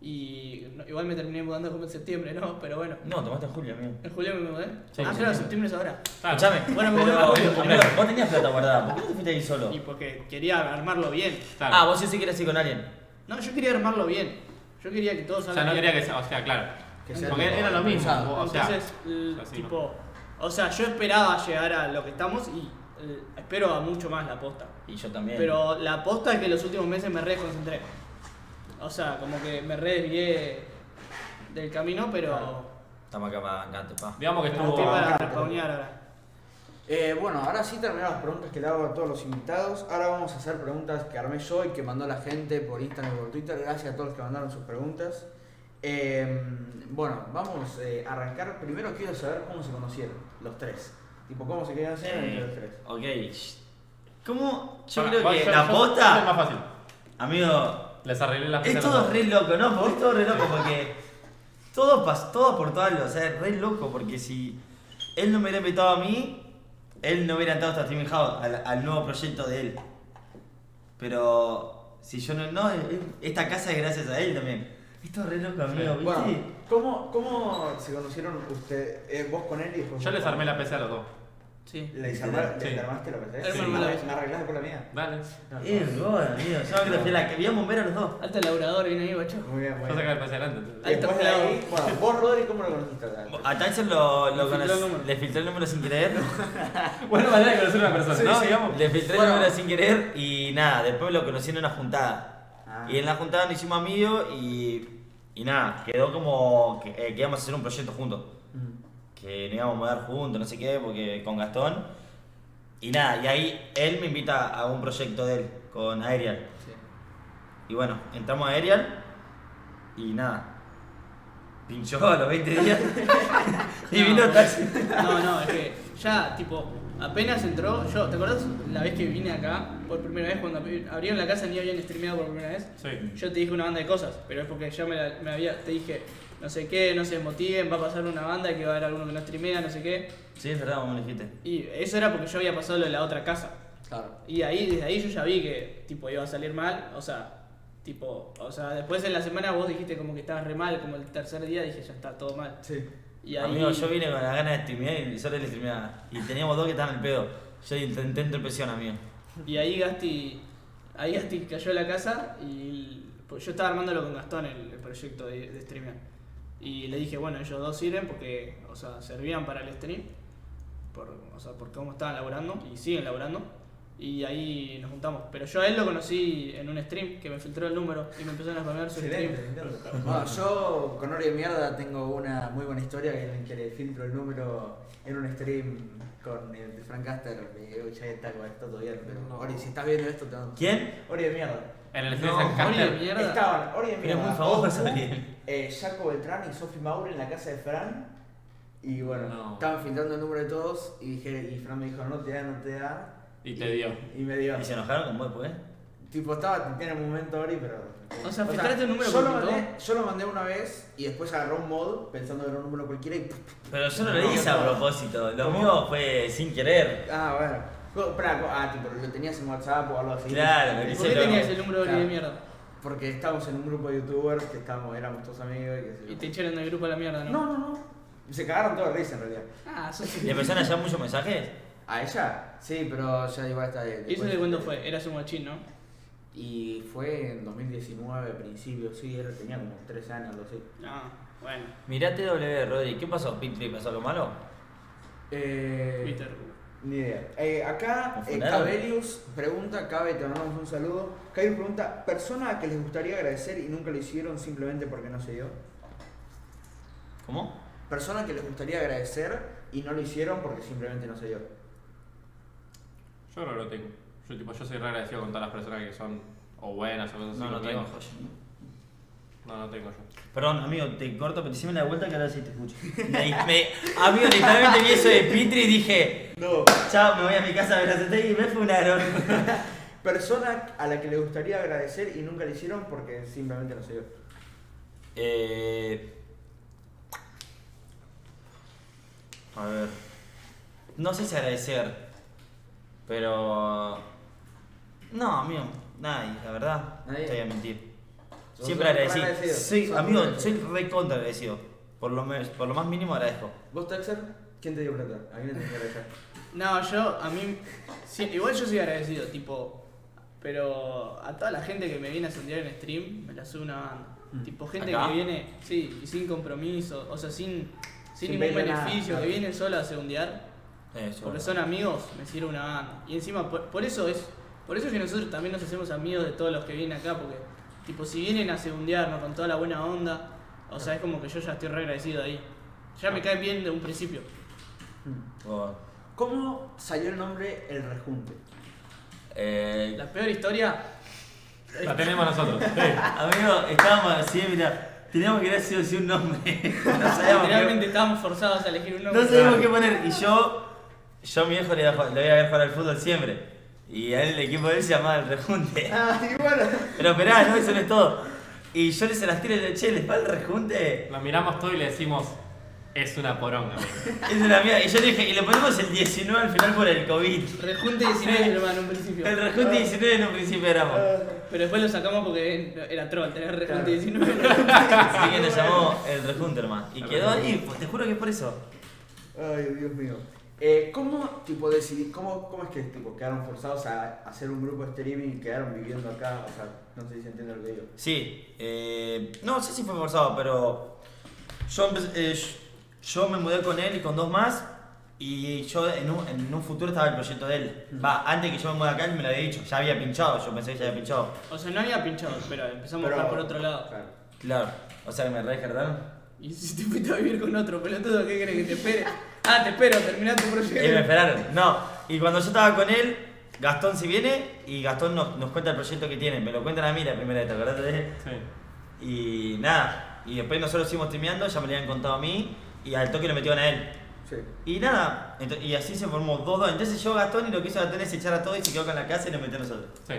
Speaker 3: Y no, igual me terminé mudando como en septiembre, ¿no? Pero bueno,
Speaker 2: No, tomaste en julio, amigo.
Speaker 3: en julio me mudé.
Speaker 4: Sí,
Speaker 3: ah,
Speaker 4: sí,
Speaker 3: claro,
Speaker 4: sí.
Speaker 3: septiembre es ahora.
Speaker 4: Claro.
Speaker 2: Escuchame.
Speaker 3: Ah, Bueno, me
Speaker 2: pero,
Speaker 3: voy a volver.
Speaker 2: amigo, vos tenías plata guardada, ¿por qué no te fuiste ahí solo?
Speaker 3: Y porque quería armarlo bien.
Speaker 4: Claro.
Speaker 2: Ah, vos sí sí querías ir con alguien.
Speaker 3: No, yo quería armarlo bien. Yo quería que todos
Speaker 4: O sea,
Speaker 3: salgan
Speaker 4: no
Speaker 3: bien.
Speaker 4: quería que sea, o sea, claro.
Speaker 1: Que sea
Speaker 4: Porque
Speaker 1: tipo
Speaker 4: era lo mismo.
Speaker 1: organizado.
Speaker 4: O sea,
Speaker 3: Entonces, l-
Speaker 4: así, ¿no?
Speaker 3: tipo, o sea, yo esperaba llegar a lo que estamos y l- espero a mucho más la posta.
Speaker 2: Y yo también.
Speaker 3: Pero la aposta es que los últimos meses me re desconcentré. O sea, como que me re desvié del camino, pero
Speaker 2: Estamos acá para bancarte, pa.
Speaker 4: digamos que
Speaker 3: pero
Speaker 4: estuvo.
Speaker 3: estoy para
Speaker 1: bastante.
Speaker 3: repaunear ahora.
Speaker 1: Eh, bueno, ahora sí terminaron las preguntas que le hago a todos los invitados. Ahora vamos a hacer preguntas que armé yo y que mandó la gente por Instagram y por Twitter. Gracias a todos los que mandaron sus preguntas. Eh, bueno, vamos eh, a arrancar. Primero quiero saber cómo se conocieron los tres. Tipo, cómo se querían hacer entre los tres.
Speaker 2: Eh, ok. ¿Cómo? Yo
Speaker 4: Pará,
Speaker 2: creo
Speaker 4: va,
Speaker 2: que
Speaker 4: yo-
Speaker 2: la
Speaker 4: yo- Es más
Speaker 2: posta.
Speaker 4: fácil.
Speaker 2: Amigo,
Speaker 4: Les arreglé las
Speaker 2: es
Speaker 4: pelotas.
Speaker 2: todo re loco, ¿no? Porque es todo re loco, porque. Todo, pas- todo por todo algo, o sea, es re loco, porque si él no me hubiera invitado a mí, él no hubiera entrado hasta Streaming House, al, al nuevo proyecto de él. Pero si yo no. No, él- esta casa es gracias a él también. Es todo re loco, amigo, ¿viste?
Speaker 1: Bueno, ¿cómo, ¿cómo se conocieron usted, eh, vos con él y después
Speaker 4: Yo
Speaker 1: vos
Speaker 4: les
Speaker 1: con
Speaker 4: armé la PC a los dos.
Speaker 3: Sí.
Speaker 1: ¿Le arma-
Speaker 4: Sí.
Speaker 1: le armaste la PC?
Speaker 3: Él me
Speaker 1: Sí.
Speaker 3: armó la PC.
Speaker 1: ¿Me arreglaste por la mía?
Speaker 4: Dale.
Speaker 1: No,
Speaker 2: Eh, god, amigo, yo creo que la que veíamos ver a los dos.
Speaker 3: Alto laburador viene ahí, guacho.
Speaker 1: Muy bien, muy
Speaker 4: Yo
Speaker 1: bien.
Speaker 4: saqué la PC adelante. entonces.
Speaker 3: Alto
Speaker 1: Después de ahí, bueno, vos Rodri, ¿cómo lo conociste?
Speaker 2: A Tyson lo, lo
Speaker 3: Le filtró el
Speaker 2: conocí-
Speaker 3: número.
Speaker 2: le filtró el número sin querer.
Speaker 4: Buena manera de conocer a una persona,
Speaker 1: Sí,
Speaker 4: ¿no?
Speaker 1: sí.
Speaker 4: Digamos.
Speaker 2: Le filtré
Speaker 1: Bueno.
Speaker 2: el número sin querer y nada, después lo conocí en una juntada.
Speaker 1: Ah.
Speaker 2: Y en la juntada nos hicimos amigos y, y nada, quedó como que, eh, que íbamos a hacer un proyecto juntos.
Speaker 1: Mm.
Speaker 2: Que nos íbamos a mudar juntos, no sé qué, porque con Gastón. Y nada, y ahí él me invita a un proyecto de él, con Aerial. Y bueno, entramos a Aerial y nada. Pinchó a los 20 días y vino
Speaker 3: no,
Speaker 2: Tyson.
Speaker 3: No, no, es que ya, tipo, apenas entró. Yo, ¿te acordás la vez que vine acá por primera vez cuando abri- abrieron la casa ni habían streameado por primera vez?
Speaker 4: Sí.
Speaker 3: Yo te dije una banda de cosas, pero es porque yo me, la- me había. Te dije, no sé qué, no se motiven, va a pasar una banda que va a haber alguno que no streamea, no sé qué.
Speaker 2: Sí, es verdad, vos me lo dijiste.
Speaker 3: Y eso era porque yo había pasado lo de la otra casa.
Speaker 1: Claro.
Speaker 3: Y ahí, desde ahí yo ya vi que, tipo, iba a salir mal, o sea, Tipo, o sea, después en la semana vos dijiste como que estabas re mal, como el tercer día dije ya está todo mal.
Speaker 1: Sí.
Speaker 3: Y ahí
Speaker 2: Amigo, yo vine con la gana de streamear y solo le streameaba. Y teníamos dos que estaban al pedo. Yo intenté interpresión, amigo.
Speaker 3: Y ahí Gasti, ahí Gasti cayó a la casa y el- pues yo estaba armándolo con Gastón el, el proyecto de, de streamear. Y le dije, bueno, ellos dos sirven porque, o sea, servían para el stream, por, o sea, por cómo estaban laburando y siguen laburando. Y ahí nos juntamos. Pero yo a él lo conocí en un stream que me filtró el número y me empezaron a poner su stream.
Speaker 1: Excelente, Bueno, yo con Ori de Mierda tengo una muy buena historia que en que le filtro el número en un stream con el de Frank Caster. Me digo, ya está, bueno, está todo bien, pero
Speaker 4: No.
Speaker 1: Ori, si estás viendo esto, te amo.
Speaker 2: ¿Quién?
Speaker 1: Ori de Mierda.
Speaker 4: En el
Speaker 3: No,
Speaker 4: estudio de San
Speaker 3: Ori de
Speaker 4: Carter.
Speaker 3: mierda.
Speaker 1: Estaban Ori de
Speaker 2: Pero
Speaker 1: Mierda,
Speaker 2: muy famosa,
Speaker 1: Ocu,
Speaker 2: Ariel.
Speaker 1: eh, Jaco Beltrán y Sophie Maure en la casa de Fran. Y bueno,
Speaker 4: No.
Speaker 1: estaban filtrando el número de todos y, dije, y Fran me dijo, no te da, no te da.
Speaker 4: Y te dio.
Speaker 1: Y me dio.
Speaker 2: ¿Y se enojaron con vos después? ¿eh?
Speaker 1: Tipo, estaba en un momento Ori, pero. eh,
Speaker 3: O sea, filtraste un número
Speaker 1: yo lo,
Speaker 3: oculto.
Speaker 1: mandé, yo lo mandé una vez y después agarró un mod pensando que era un número cualquiera y.
Speaker 2: Pero yo no lo hice a propósito. Lo mío fue sin querer.
Speaker 1: Ah, bueno. Co- pará, co- ah, tipo, lo tenías en WhatsApp o algo así.
Speaker 2: Claro, lo
Speaker 3: ¿Y
Speaker 2: que
Speaker 3: ¿Por qué
Speaker 2: Sí, lo-
Speaker 3: tenías el número de Ori de
Speaker 1: Claro.
Speaker 3: mierda?
Speaker 1: Porque estábamos en un grupo de youtubers que estábamos, éramos todos amigos y qué sé yo.
Speaker 3: Y te echaron del grupo a la mierda, ¿no?
Speaker 1: No, no, no. Se cagaron todos de risa en realidad.
Speaker 3: Ah, eso sí.
Speaker 2: ¿Le empezaron a llegar muchos mensajes?
Speaker 1: ¿A ella? Sí, pero ya igual está de.
Speaker 3: ¿Y eso de cuándo fue? Eras un mochín, ¿no?
Speaker 1: Y fue en 2019, a principio, sí, él tenía como 3 años, algo así.
Speaker 3: Ah, bueno.
Speaker 2: Mirate W, Rodri. ¿Qué pasó? ¿Pitri pasó algo malo?
Speaker 1: Eh.
Speaker 3: Twitter.
Speaker 1: Ni idea. Eh, acá, eh,
Speaker 2: Afunado.
Speaker 1: Cabelius pregunta, Cabe, te mandamos un saludo. Cabe pregunta, ¿persona a que les gustaría agradecer y nunca lo hicieron simplemente porque no se dio?
Speaker 2: ¿Cómo?
Speaker 1: ¿Persona que les gustaría agradecer y no lo hicieron porque simplemente no se dio?
Speaker 4: Yo no lo tengo. Yo, tipo, yo soy re agradecido con todas las personas que son o buenas o cosas así.
Speaker 2: No, no
Speaker 4: conmigo.
Speaker 2: tengo joya.
Speaker 4: No, no tengo yo.
Speaker 2: Perdón, amigo, te corto, pero decime la de vuelta que ahora sí te escucho. Me- me- amigo, literalmente vi eso de Pitri y dije,
Speaker 1: No.
Speaker 2: chao, me voy a mi casa a ver a y me funaron.
Speaker 1: ¿Persona a la que les gustaría agradecer y nunca lo hicieron porque simplemente no se dio?
Speaker 2: Eh... A ver. No sé si agradecer, pero... No, amigo, nadie, la verdad.
Speaker 1: Nadie.
Speaker 2: Te voy a mentir.
Speaker 1: Sos
Speaker 2: Siempre
Speaker 1: un
Speaker 2: agradecido.
Speaker 1: agradecido.
Speaker 2: Soy,
Speaker 1: Sos
Speaker 2: amigo,
Speaker 1: un agradecido.
Speaker 2: soy recontra agradecido. Por lo, mes- por lo más mínimo agradezco.
Speaker 1: ¿Vos, Texer? ¿Quién te dio plata? ¿A quién le tenés que agradecer?
Speaker 3: No, yo, a mí. sí, igual yo soy agradecido, tipo. Pero a toda la gente que me viene a sondear en stream, me la sube una banda. Tipo, gente
Speaker 2: ¿Acá?
Speaker 3: que viene, sí, y sin compromiso, o sea, sin, sin,
Speaker 1: Sin
Speaker 3: ningún
Speaker 1: verle nada,
Speaker 3: beneficio,
Speaker 1: claro.
Speaker 3: que vienen solo a segundear,
Speaker 2: Eso.
Speaker 3: porque son amigos, me sirve una banda. Y encima, por, por eso es. Por eso es que nosotros también nos hacemos amigos de todos los que vienen acá, porque, tipo, si vienen a segundearnos con toda la buena onda, o sea, es como que yo ya estoy re agradecido ahí. Ya me caen bien de un principio.
Speaker 2: Oh.
Speaker 1: ¿Cómo salió el nombre El Rejunte?
Speaker 2: Eh,
Speaker 3: La peor historia.
Speaker 4: La tenemos nosotros. Sí.
Speaker 2: Amigo, estábamos así, mira, teníamos que ir así o sí un nombre. No sabíamos,
Speaker 3: Literalmente
Speaker 2: qué,
Speaker 3: estábamos forzados a elegir un nombre.
Speaker 2: no sabíamos qué poner. Y yo, yo a mi viejo le iba a jugar- le voy a ver jugar al fútbol siempre. Y a él, el equipo de él se llamaba el rejunte.
Speaker 1: Ah, y bueno.
Speaker 2: Pero esperá, no, eso no es todo. Y yo le se las tiro y le digo, che, ¿les va el rejunte?
Speaker 4: Nos miramos todo y le decimos, es una poronga, amigo.
Speaker 2: Es una mía. Y yo le dije, y le ponemos el 19 al final por el COVID.
Speaker 3: Rejunte 19 lo en un principio.
Speaker 2: El rejunte 19 en un principio éramos.
Speaker 1: Ah.
Speaker 3: Pero después lo sacamos porque era troll, tener rejunte 19.
Speaker 2: Así que nos llamó el rejunte, hermano. Y quedó ahí, pues te juro que es por eso.
Speaker 1: Ay, Dios mío. Eh, ¿Cómo, tipo, decidí, cómo, cómo es que tipo, quedaron forzados a hacer un grupo de streaming y quedaron viviendo acá? O sea, no sé si se entiende lo que digo.
Speaker 2: Sí, eh, no sé si fue forzado, pero yo, empe- eh, yo yo me mudé con él y con dos más y yo en un, en un futuro estaba el proyecto de él. Va, antes que yo me mude acá él me lo había dicho, ya había pinchado, yo pensé que ya había pinchado.
Speaker 3: O sea, no había pinchado, pero empezamos a jugar por otro lado.
Speaker 1: Claro.
Speaker 2: Claro, o sea que me rescartaron.
Speaker 3: Y si te fuiste a vivir con otro pelotudo, ¿qué crees que te espere? Ah, te espero, termina tu
Speaker 2: Y Eh, me
Speaker 3: proyecto.
Speaker 2: esperaron, no. Y cuando yo estaba con él, Gastón se viene y Gastón nos, nos cuenta el proyecto que tiene. Me lo cuentan a mí la primera vez, ¿te acordás de él?
Speaker 4: Sí.
Speaker 2: Y nada, y después nosotros seguimos streameando, ya me lo habían contado a mí y al toque lo metieron a él.
Speaker 1: Sí.
Speaker 2: Y nada, ento- y así se formó 2-2. Entonces llegó Gastón y lo que hizo Gastón es echar a todos y se quedó con la casa y nos metió a nosotros.
Speaker 4: Sí.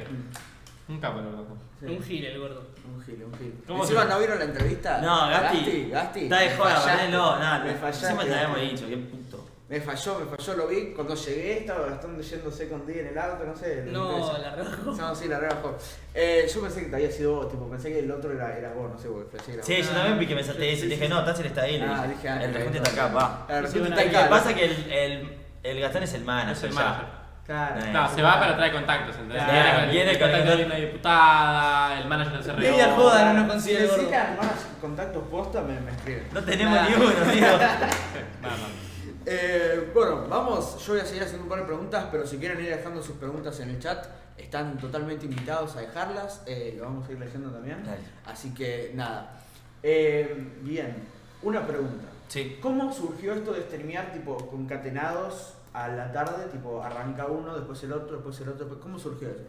Speaker 4: Un capo, la verdad.
Speaker 1: sí.
Speaker 3: Un gil el gordo.
Speaker 1: Un gil, un gil.
Speaker 4: ¿Cómo
Speaker 1: Encima,
Speaker 4: se-
Speaker 1: ¿no vieron la entrevista?
Speaker 2: No, Gasti.
Speaker 1: Ah, Gasti, Gasti.
Speaker 2: Está de
Speaker 1: me
Speaker 2: joda,
Speaker 1: fallaste.
Speaker 2: ponelo, nada.
Speaker 1: Me
Speaker 2: Encima te
Speaker 1: fallaste.
Speaker 2: la
Speaker 1: Gasti.
Speaker 2: habíamos dicho, qué puto.
Speaker 1: Me falló, me falló, lo vi. Cuando llegué estaba Gastón yéndose con D en el auto, no sé. lo
Speaker 3: No,
Speaker 1: interesa.
Speaker 3: la rajo.
Speaker 1: No, sí, la rebajo. Eh, yo pensé que te había sido vos, tipo, pensé que el otro era, era vos, no sé, vos, pensé que era
Speaker 2: Sí,
Speaker 1: vos.
Speaker 2: yo también vi que me salté ese. Dije, no, Tassel está ahí. le
Speaker 1: Ah,
Speaker 2: dije,
Speaker 1: dije, ah,
Speaker 2: el rejunte
Speaker 1: no,
Speaker 2: está acá,
Speaker 1: no.
Speaker 2: va.
Speaker 1: El
Speaker 3: Sí,
Speaker 1: rejunte
Speaker 3: una
Speaker 1: está
Speaker 2: Lo que
Speaker 1: acá.
Speaker 2: pasa es que el, el, el Gastón es el manager.
Speaker 4: Es el
Speaker 2: ya.
Speaker 4: manager.
Speaker 1: Claro.
Speaker 2: Eh.
Speaker 4: No, se va para traer contactos, ¿entendés?
Speaker 3: Claro,
Speaker 4: Viene con-
Speaker 2: viene
Speaker 4: el
Speaker 2: con-
Speaker 4: contacto de una diputada, el manager del CRO.
Speaker 3: Media joda. no nos
Speaker 1: Si
Speaker 3: consigue el gordo.
Speaker 1: necesitan más contactos posta, me, me escriben.
Speaker 2: No tenemos
Speaker 3: Nah.
Speaker 2: ni uno, tío.
Speaker 4: No, no.
Speaker 1: Eh, bueno, vamos, yo voy a seguir haciendo un par de preguntas, pero si quieren ir dejando sus preguntas en el chat, están totalmente invitados a dejarlas, eh, lo vamos a ir leyendo también.
Speaker 2: Dale.
Speaker 1: Así que nada. Eh, bien, una pregunta.
Speaker 2: Sí.
Speaker 1: ¿Cómo surgió esto de streamear tipo concatenados a la tarde? Tipo, arranca uno, después el otro, después el otro. después- ¿Cómo surgió eso?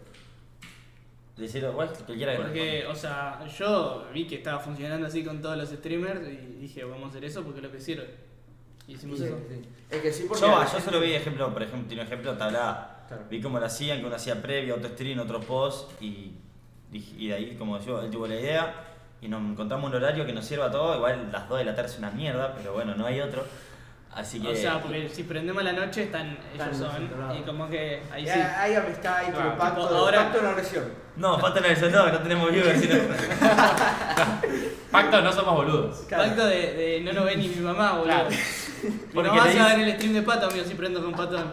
Speaker 2: Decirlo, bueno, cualquiera que
Speaker 3: Porque, o sea, yo vi que estaba funcionando así con todos los streamers y dije, vamos a hacer eso porque es lo que sirve. Y hicimos
Speaker 1: Y-
Speaker 3: eso.
Speaker 1: sí. Es que sí, porque.
Speaker 2: Yo, yo solo vi ejemplo, por ejemplo, tiene un ejemplo, tablada.
Speaker 1: Claro.
Speaker 2: Vi cómo lo hacían, que uno hacía previa, otro stream, otro post, y, dije- y de ahí, como yo, él tuvo la idea, y nos encontramos un horario que nos sirva a todos, igual las 2 de la tarde es una mierda, pero bueno, no hay otro. Así que...
Speaker 3: O sea, porque si prendemos la noche están
Speaker 1: Están
Speaker 3: ellos son.
Speaker 1: concentrados.
Speaker 3: Y como que ahí sí.
Speaker 1: Eh, Hay amistad, hay tipo
Speaker 4: Claro,
Speaker 1: pacto,
Speaker 3: tipo, ahora-
Speaker 1: pacto de no agresión.
Speaker 2: No, falta la no, no tenemos viewers, sino...
Speaker 4: Pacto, no somos boludos.
Speaker 1: Claro.
Speaker 3: Pacto de, de no lo ve ni mi mamá, boludo.
Speaker 4: Claro.
Speaker 3: Mi
Speaker 2: Porque
Speaker 3: mamá
Speaker 2: le
Speaker 3: se va a
Speaker 2: dice-
Speaker 3: ver el stream de pato, amigo, si prendo con patón.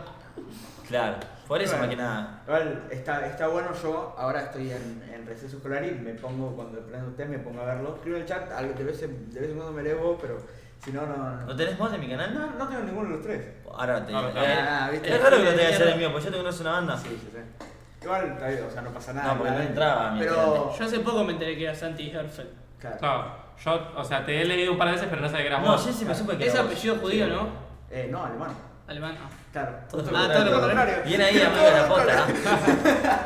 Speaker 2: Claro, por eso
Speaker 1: Bueno.
Speaker 2: más que nada.
Speaker 1: Igual, está, está bueno, yo ahora estoy en, en receso escolar y me pongo, cuando prendo usted, me pongo a verlo. Escribo en el chat, algo- de vez en, de vez en cuando me levo, pero si no, no, no.
Speaker 2: ¿No tenés vos en mi canal?
Speaker 1: No, no tengo ninguno de los tres.
Speaker 2: Ahora te
Speaker 4: Ahora
Speaker 2: digo.
Speaker 4: está.
Speaker 2: Eh,
Speaker 1: Ah, viste.
Speaker 2: es raro que no te haya el mío, porque yo tengo que hacer una banda.
Speaker 1: Sí, sí, sí. Igual, está bien, o sea, no pasa nada.
Speaker 2: Ah. No, porque no
Speaker 1: claramente.
Speaker 2: entraba, mi Ah.
Speaker 1: Pero.
Speaker 3: Yo hace poco me enteré que era Santi Herfeld.
Speaker 1: Claro.
Speaker 4: No, yo, o sea, te he leído un par de veces, pero no sabía que eras
Speaker 2: No,
Speaker 4: vos.
Speaker 2: Jessy me supe que
Speaker 3: Es
Speaker 2: era vos.
Speaker 3: apellido judío, ¿no?
Speaker 1: Eh, no, alemán.
Speaker 3: Alemán. ah.
Speaker 1: Claro.
Speaker 2: Todo
Speaker 1: Justo
Speaker 2: lo
Speaker 1: lo
Speaker 2: contrario.
Speaker 1: contrario.
Speaker 2: Viene ahí, amigo de la pota.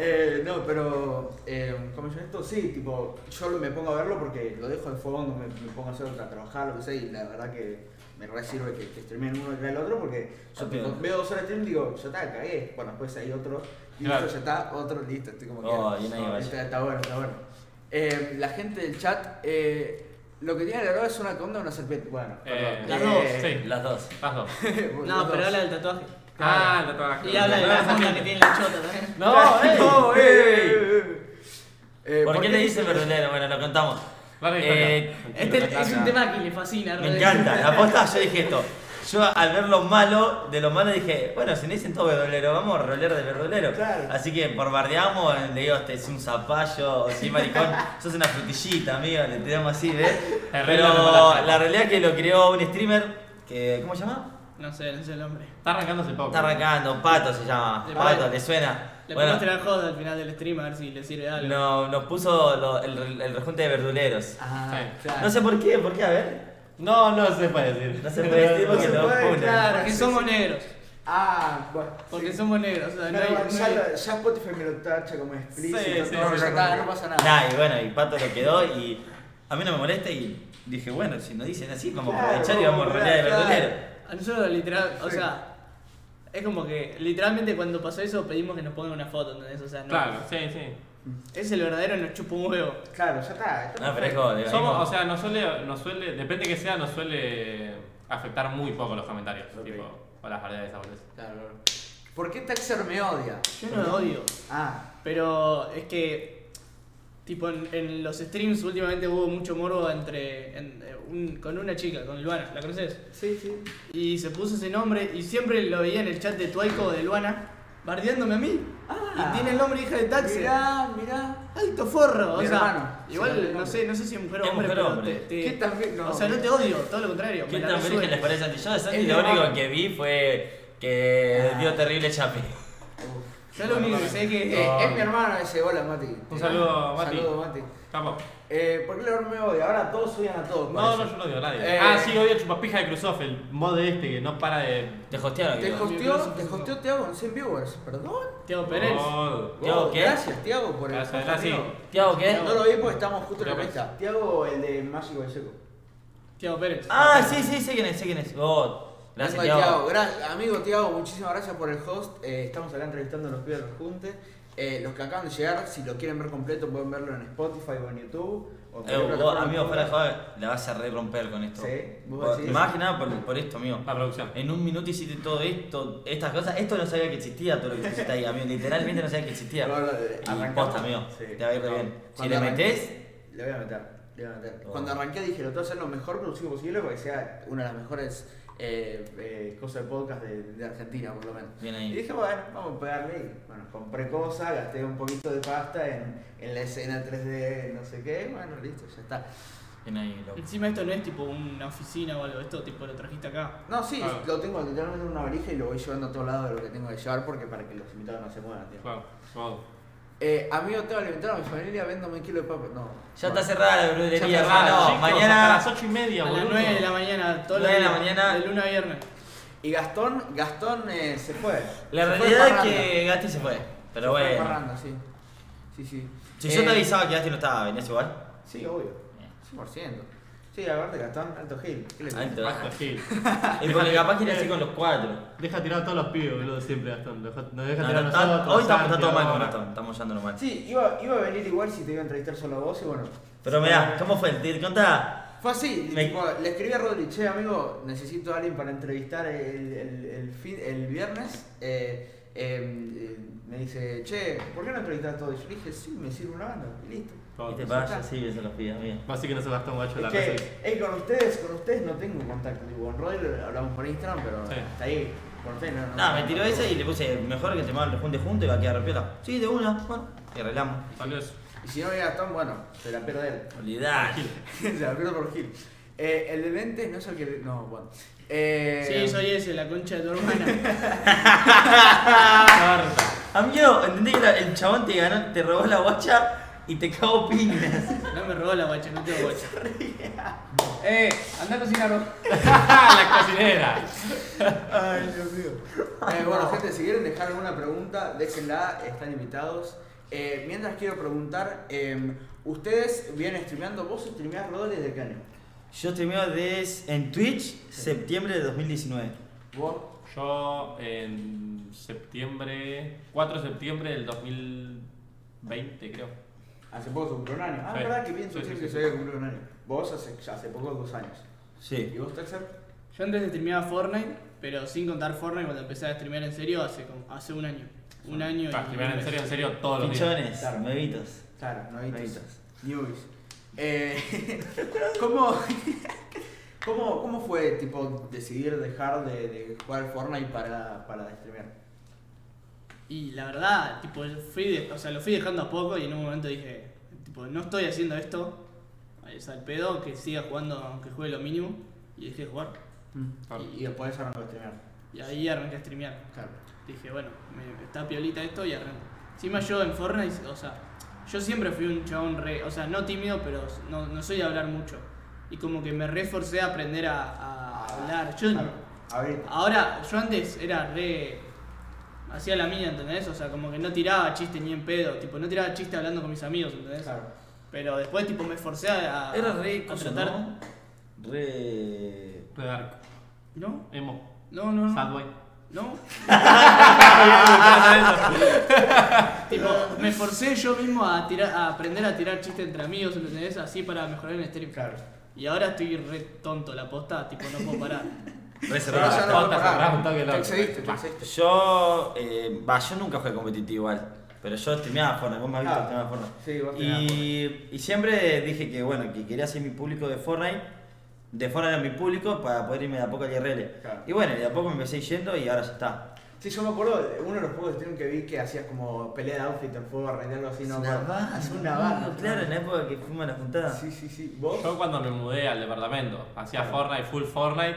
Speaker 1: Eh, no, pero. Eh, ¿Cómo se llama esto? Sí, tipo, yo me pongo a verlo porque lo dejo de fondo, me, me pongo a hacer otra, a trabajar, lo que sea, y la verdad que me re sirve que, que streamen uno y el otro porque yo
Speaker 2: Ah,
Speaker 1: tipo,
Speaker 2: bien.
Speaker 1: veo dos horas de stream y digo, ya está, cagué. Bueno, después hay otro, listo,
Speaker 4: Claro.
Speaker 1: ya está, otro, listo, estoy como
Speaker 2: Oh,
Speaker 1: que.
Speaker 2: bien ahí, vaya.
Speaker 1: está, está bueno, está bueno. Eh, la gente del chat, eh, lo que tiene la verdad es una conda o una serpiente. Bueno,
Speaker 4: Eh,
Speaker 1: perdón.
Speaker 3: las dos,
Speaker 4: sí.
Speaker 2: Las dos.
Speaker 4: Vas dos.
Speaker 3: No, pero habla del tatuaje.
Speaker 4: Ah, la trabaja.
Speaker 3: Y habla de la funda que tiene la chota también.
Speaker 4: No, eh.
Speaker 1: No, ey, ey, ey. Eh,
Speaker 2: ¿Por qué le dice el verdadero? Bueno, lo contamos.
Speaker 4: Vale,
Speaker 2: Eh,
Speaker 4: toca.
Speaker 3: Este
Speaker 4: Toca.
Speaker 3: es un tema que le fascina.
Speaker 2: Me
Speaker 3: re.
Speaker 2: encanta, la posta yo dije esto. Yo al ver lo malo, de lo malo dije, bueno, si me dicen todo verdolero, vamos a roler de verdolero.
Speaker 1: Claro.
Speaker 2: Así que por bardeamos, le digo, este es un zapallo, sí, maricón, sos una frutillita, amigo, le tiramos así, ¿ves?
Speaker 4: Te
Speaker 2: Pero
Speaker 4: arreglo la palabra.
Speaker 2: la realidad es que lo creó un streamer, que, ¿cómo se llama?
Speaker 3: No sé, no sé el nombre.
Speaker 4: Está arrancando hace poco.
Speaker 2: Está arrancando, Pato se llama.
Speaker 3: Le
Speaker 2: Pato,
Speaker 3: pone-
Speaker 2: ¿le suena?
Speaker 3: Le
Speaker 2: Bueno,
Speaker 3: podemos tirar joda al final del stream a ver si le sirve algo.
Speaker 2: no, nos puso lo- el, el rejunte de verduleros.
Speaker 1: Ah,
Speaker 4: Sí.
Speaker 1: claro.
Speaker 2: No sé por qué, por qué, a ver.
Speaker 4: No, no se puede decir.
Speaker 2: No se puede decir porque
Speaker 1: se
Speaker 2: no
Speaker 1: puede,
Speaker 2: pone.
Speaker 1: claro.
Speaker 3: Porque
Speaker 1: sí,
Speaker 3: somos negros.
Speaker 1: Ah, bueno.
Speaker 3: Porque
Speaker 1: sí.
Speaker 3: somos negros. O sea, no
Speaker 1: Pero
Speaker 3: hay-
Speaker 1: bueno,
Speaker 3: no
Speaker 1: ya,
Speaker 3: hay-
Speaker 1: lo- ya Spotify me lo tacha como explícito.
Speaker 4: Sí, sí,
Speaker 1: todo,
Speaker 4: sí,
Speaker 1: ya
Speaker 4: sí.
Speaker 1: está, no pasa nada.
Speaker 2: Nah, y bueno, y Pato lo quedó y a mí no me molesta y dije, bueno, si nos dicen así, vamos a
Speaker 1: Claro,
Speaker 2: aprovechar y vamos a
Speaker 1: vamos a
Speaker 2: rolear de
Speaker 1: rolear,
Speaker 2: verdulero.
Speaker 3: A nosotros Ah, literal, o
Speaker 1: Sí.
Speaker 3: sea, es como que literalmente cuando pasó eso pedimos que nos pongan una foto, ¿entendés? O sea, no.
Speaker 4: Claro, sí, sí.
Speaker 3: Es el verdadero nos chupa un huevo.
Speaker 1: Claro, ya está. está
Speaker 2: No, pero es
Speaker 1: perfecto.
Speaker 2: como, digo,
Speaker 4: Somos,
Speaker 2: ahí
Speaker 4: o sea, nos suele, nos suele, depende que sea, nos suele afectar muy poco los comentarios.
Speaker 1: Ok.
Speaker 4: Tipo, o las bardeadas esas boludeces.
Speaker 1: Claro. ¿Por qué Taxer me odia?
Speaker 3: Yo no lo odio,
Speaker 1: Ah,
Speaker 3: pero es que tipo en, en los streams últimamente hubo mucho morbo entre en- eh, un- con una chica, con Luana, ¿la conoces?
Speaker 1: sí, sí.
Speaker 3: Y se puso ese nombre y siempre lo veía en el chat de Tuaico o de Luana bardeándome a mí.
Speaker 1: Ah.
Speaker 3: y tiene el nombre de hija de taxi.
Speaker 1: Mirá, mirá.
Speaker 3: Alto forro, o
Speaker 1: Mi
Speaker 3: sea,
Speaker 1: hermano. Sí,
Speaker 3: igual
Speaker 1: mi
Speaker 3: no sé, no sé si es mujer o
Speaker 2: Es
Speaker 3: hombre,
Speaker 2: mujer o
Speaker 3: pero
Speaker 2: hombre.
Speaker 3: te, te-
Speaker 1: ¿Qué tan bien? No,
Speaker 3: o sea, no te odio, todo lo contrario,
Speaker 2: ¿Qué
Speaker 3: me la
Speaker 2: tan
Speaker 3: resuelve.
Speaker 2: virgen les parece a ti? Yo de Santi
Speaker 1: Es
Speaker 2: lo
Speaker 1: normal.
Speaker 2: único que vi fue que
Speaker 1: Ah.
Speaker 2: dio terrible chape.
Speaker 1: Uf.
Speaker 3: Yo lo único que sé es que
Speaker 1: Eh,
Speaker 2: Ah.
Speaker 4: No.
Speaker 1: es mi hermano ese, hola Mati.
Speaker 4: Un saludo, Mati.
Speaker 1: Saludo, Mati.
Speaker 4: Capo.
Speaker 1: Eh, ¿Por qué la verdad me odia? Ahora todos suyan a todos.
Speaker 4: No, no,
Speaker 1: parece.
Speaker 4: yo no odio a nadie.
Speaker 1: Eh.
Speaker 4: Ah, sí, odio a Chupapija de Cruzov, el mod este que no para de.
Speaker 2: Te hostearon,
Speaker 1: Te
Speaker 2: creo.
Speaker 1: hosteó, te hosteó Tiago en 100 viewers, perdón.
Speaker 3: Teo Pérez.
Speaker 2: Ah.
Speaker 4: No.
Speaker 2: Tiago,
Speaker 1: Oh,
Speaker 2: ¿qué?
Speaker 1: Gracias, Tiago, por el
Speaker 4: Gracias, gracias.
Speaker 1: comentario.
Speaker 2: ¿Tiago qué?
Speaker 1: No lo vi porque estamos justo en la
Speaker 4: Gracias.
Speaker 2: pues.
Speaker 1: mesa. Tiago, el de Mágico del Seco.
Speaker 3: Teo Pérez.
Speaker 2: Ah, sí, sí, sé quién es, sé quién es. Oh, gracias,
Speaker 1: Venga,
Speaker 2: Tiago.
Speaker 1: Gra- amigo Tiago, muchísimas gracias por el host. Eh, estamos acá entrevistando a los pibes del Junte. Eh, los que acaban de llegar, si lo quieren ver completo, pueden verlo en Spotify o en YouTube. O
Speaker 2: Eh,
Speaker 1: cualquier
Speaker 2: vos,
Speaker 1: plataforma.
Speaker 2: amigo, fuera de joda, la vas a re romper con esto.
Speaker 1: Sí, vos
Speaker 2: Por-
Speaker 1: decís.
Speaker 2: Más que nada por, por esto, amigo.
Speaker 4: La producción.
Speaker 2: En un minuto hiciste todo esto, estas cosas. Esto no sabía que existía, todo lo que hiciste ahí, amigo. Literalmente no sabía que existía.
Speaker 1: No, no, no,
Speaker 2: Y
Speaker 1: arrancamos.
Speaker 2: posta, amigo.
Speaker 1: Sí.
Speaker 2: Te va a ir re
Speaker 1: No,
Speaker 2: bien. Si
Speaker 1: cuando
Speaker 2: le
Speaker 1: arranqué-
Speaker 2: metes,
Speaker 1: Le voy a meter. Le voy a meter.
Speaker 2: Oh.
Speaker 1: Cuando arranqué dije, lo tengo que hacer lo mejor producido posible para que sea una de las mejores eh, eh, cosas de podcast de, de Argentina, por lo menos.
Speaker 2: Bien ahí.
Speaker 1: Y dije, bueno, vamos a pegarle. Y, bueno, compré cosas, gasté un poquito de pasta en, en la escena 3D, no sé qué. Bueno, listo, ya está.
Speaker 2: viene ahí, loco.
Speaker 3: Encima esto no es tipo una oficina o algo, esto tipo lo trajiste acá.
Speaker 1: No, sí,
Speaker 4: Ah.
Speaker 1: lo tengo literalmente en una varija y lo voy llevando a todo lado de lo que tengo que llevar porque para que los invitados no se muevan, tío.
Speaker 4: Wow, wow.
Speaker 1: Eh, amigo, tengo que alimentar a mi familia, véndome un kilo de papa. No.
Speaker 2: Ya
Speaker 1: Bueno.
Speaker 2: está cerrada la
Speaker 4: Ya
Speaker 2: brujería,
Speaker 4: está,
Speaker 2: hermano.
Speaker 4: chicos,
Speaker 2: mañana.
Speaker 4: hasta las 8 y media,
Speaker 3: A las
Speaker 4: boludo.
Speaker 3: 9 de la mañana, todos los
Speaker 2: 9 de la
Speaker 3: días,
Speaker 2: mañana.
Speaker 3: De lunes a viernes.
Speaker 1: Y Gastón, Gastón eh, se fue.
Speaker 2: La
Speaker 1: Se fue
Speaker 2: realidad es
Speaker 1: parranda.
Speaker 2: que Gasti se fue. Pero
Speaker 1: Se fue
Speaker 2: bueno.
Speaker 1: parranda, sí. Sí, sí.
Speaker 2: Si yo te
Speaker 1: Eh,
Speaker 2: avisaba que Gasti no estaba, venías igual.
Speaker 1: Sí, obvio. 100%. Sí, aparte Gastón, alto gil. ¿Qué le
Speaker 2: Alto.
Speaker 4: Basta, Gil.
Speaker 2: Y porque capaz que era así con los cuatro.
Speaker 4: Deja tirado a todos los pibes, boludo, siempre, Gastón. Deja- Nos deja
Speaker 2: No,
Speaker 4: tirar a
Speaker 2: no, está-
Speaker 4: nosotros,
Speaker 2: hoy está,
Speaker 4: a
Speaker 2: está todo
Speaker 4: Santi,
Speaker 2: mal
Speaker 4: a
Speaker 2: con
Speaker 4: Omar.
Speaker 2: Gastón, estamos yéndolo mal.
Speaker 1: Sí, iba, iba a venir igual si te iba a entrevistar solo a vos y bueno.
Speaker 2: Pero mirá, ¿cómo fue el tir? Contá.
Speaker 1: Fue así,
Speaker 2: Me-
Speaker 1: tipo, le escribí a Rodri, che amigo, necesito a alguien para entrevistar el, el, el, fin- el viernes. Eh, em, eh, me dice, che, ¿por qué no entrevistas a todos? Y yo le dije, sí, me sirve una banda, y listo.
Speaker 4: Todo,
Speaker 2: Y te
Speaker 4: todo.
Speaker 2: pasa, sí, eso lo pido, amigo.
Speaker 4: Así que no se gastó un guacho la
Speaker 1: Es
Speaker 4: cosa.
Speaker 1: que,
Speaker 4: que-
Speaker 1: eh, con ustedes, con ustedes no tengo contacto. Digo, con Rodri lo hablamos por Instagram, pero
Speaker 4: Sí.
Speaker 1: hasta ahí, con ustedes no.
Speaker 2: No, me tiró esa y le puse, mejor que te mal lo junte junto y va a quedar repiola. Sí, de una, bueno, y arreglamos.
Speaker 4: Saludos.
Speaker 1: Y si no llega Gastón, bueno, se la pierde él.
Speaker 2: Olvidar.
Speaker 1: se la pierde por Gil. Eh, el de lentes no es el que. No, bueno. Eh,
Speaker 3: Sí, soy ese, la concha de tu hermana.
Speaker 2: Amigo, entendí que la- el chabón te ganó, te robó la guacha y te cago piñas.
Speaker 3: No me robó la guacha, no tengo guacha. eh, anda a cocinar vos.
Speaker 4: la cocinera.
Speaker 1: Ay, Dios mío. Eh, bueno, gente, si quieren dejar alguna pregunta, déjenla, están invitados. Eh, mientras quiero preguntar, em, ¿ustedes vienen streameando? ¿Vos streameás Rodri desde qué año?
Speaker 2: Yo streameo desde en Twitch septiembre de 2019.
Speaker 1: ¿Vos?
Speaker 4: Yo en septiembre, 4 de septiembre del 2020 creo.
Speaker 1: Hace poco se cumplió un año. Ah,
Speaker 4: Sí.
Speaker 1: es verdad que bien
Speaker 4: Sí,
Speaker 1: sí,
Speaker 4: sí,
Speaker 1: que
Speaker 4: sí.
Speaker 1: se había cumplido un año. Vos hace, ya hace poco dos años. ¿Y
Speaker 2: Sí.
Speaker 1: vos, Texer?
Speaker 3: Yo antes streameaba Fortnite, pero sin contar Fortnite cuando empecé a streamear en serio hace, como- hace un año. Un año y.
Speaker 4: Para streamear en serio, en serio, todos los días.
Speaker 2: Pinchones,
Speaker 1: Claro.
Speaker 2: nuevitos.
Speaker 1: Claro,
Speaker 2: Novitos.
Speaker 1: novitos. Newbies. Eh, ¿cómo, cómo, cómo fue tipo decidir dejar de, de jugar Fortnite para, para streamear?
Speaker 3: Y la verdad, tipo, yo fui de- o sea, lo fui dejando a poco y en un momento dije, tipo, no estoy haciendo esto, es al pedo, que siga jugando, aunque juegue lo mínimo, y dejé de jugar.
Speaker 4: Claro.
Speaker 1: Y, y después arrancó a streamear.
Speaker 3: Y ahí arranqué a streamear.
Speaker 1: Claro.
Speaker 3: Dije, bueno, me, está piolita esto y arranco. Encima yo en Fortnite, o sea, yo siempre fui un chabón re, o sea, no tímido, pero no, no soy de hablar mucho. Y como que me reforcé a aprender a, a hablar. Yo,
Speaker 1: Claro. A ver,
Speaker 3: Ahora, yo antes era re. Hacía la mía, ¿entendés? O sea, como que no tiraba chiste ni en pedo. Tipo, no tiraba chiste hablando con mis amigos, ¿entendés?
Speaker 1: claro.
Speaker 3: Pero después, tipo, me esforcé
Speaker 1: Ah,
Speaker 3: a.
Speaker 2: Era re
Speaker 3: a
Speaker 2: cosa,
Speaker 3: tratar-
Speaker 2: ¿no? Re...
Speaker 4: Re dark.
Speaker 3: ¿No?
Speaker 4: Emo.
Speaker 3: No, no, no.
Speaker 4: Sadway.
Speaker 3: No. tipo, me esforcé yo mismo a, tirar, a aprender a tirar chiste entre amigos, ¿entendés? Así para mejorar el stream.
Speaker 1: Claro.
Speaker 3: Y ahora estoy re tonto, la posta, tipo, no puedo parar.
Speaker 2: Re
Speaker 1: Ahora ya
Speaker 2: cerrado.
Speaker 1: no
Speaker 4: Botas
Speaker 1: voy a
Speaker 4: atrás, un toque
Speaker 1: parar.
Speaker 4: loco.
Speaker 1: Te excediste, te
Speaker 4: Va.
Speaker 1: excediste.
Speaker 2: Yo, eh, va, yo nunca fui competitivo igual, pero yo streameaba Fortnite, vos me has visto
Speaker 1: Ah,
Speaker 2: streameaba Fortnite.
Speaker 1: sí, vos streameabas
Speaker 2: y, y siempre dije que bueno, que quería ser mi público de Fortnite, de Fortnite a mi público para poder irme de a poco al IRL.
Speaker 1: Claro.
Speaker 2: Y bueno, y de a poco me empecé yendo y ahora ya está.
Speaker 1: Sí, yo me acuerdo, uno de los juegos de stream que vi que hacías como pelea de outfit en Fortnite, algo así, ¿no? Bueno, es una banda.
Speaker 2: Claro, en la época que fuimos a la juntada.
Speaker 1: Sí, sí, sí. ¿Vos?
Speaker 4: Yo cuando me mudé al departamento, hacía Fortnite, full Fortnite,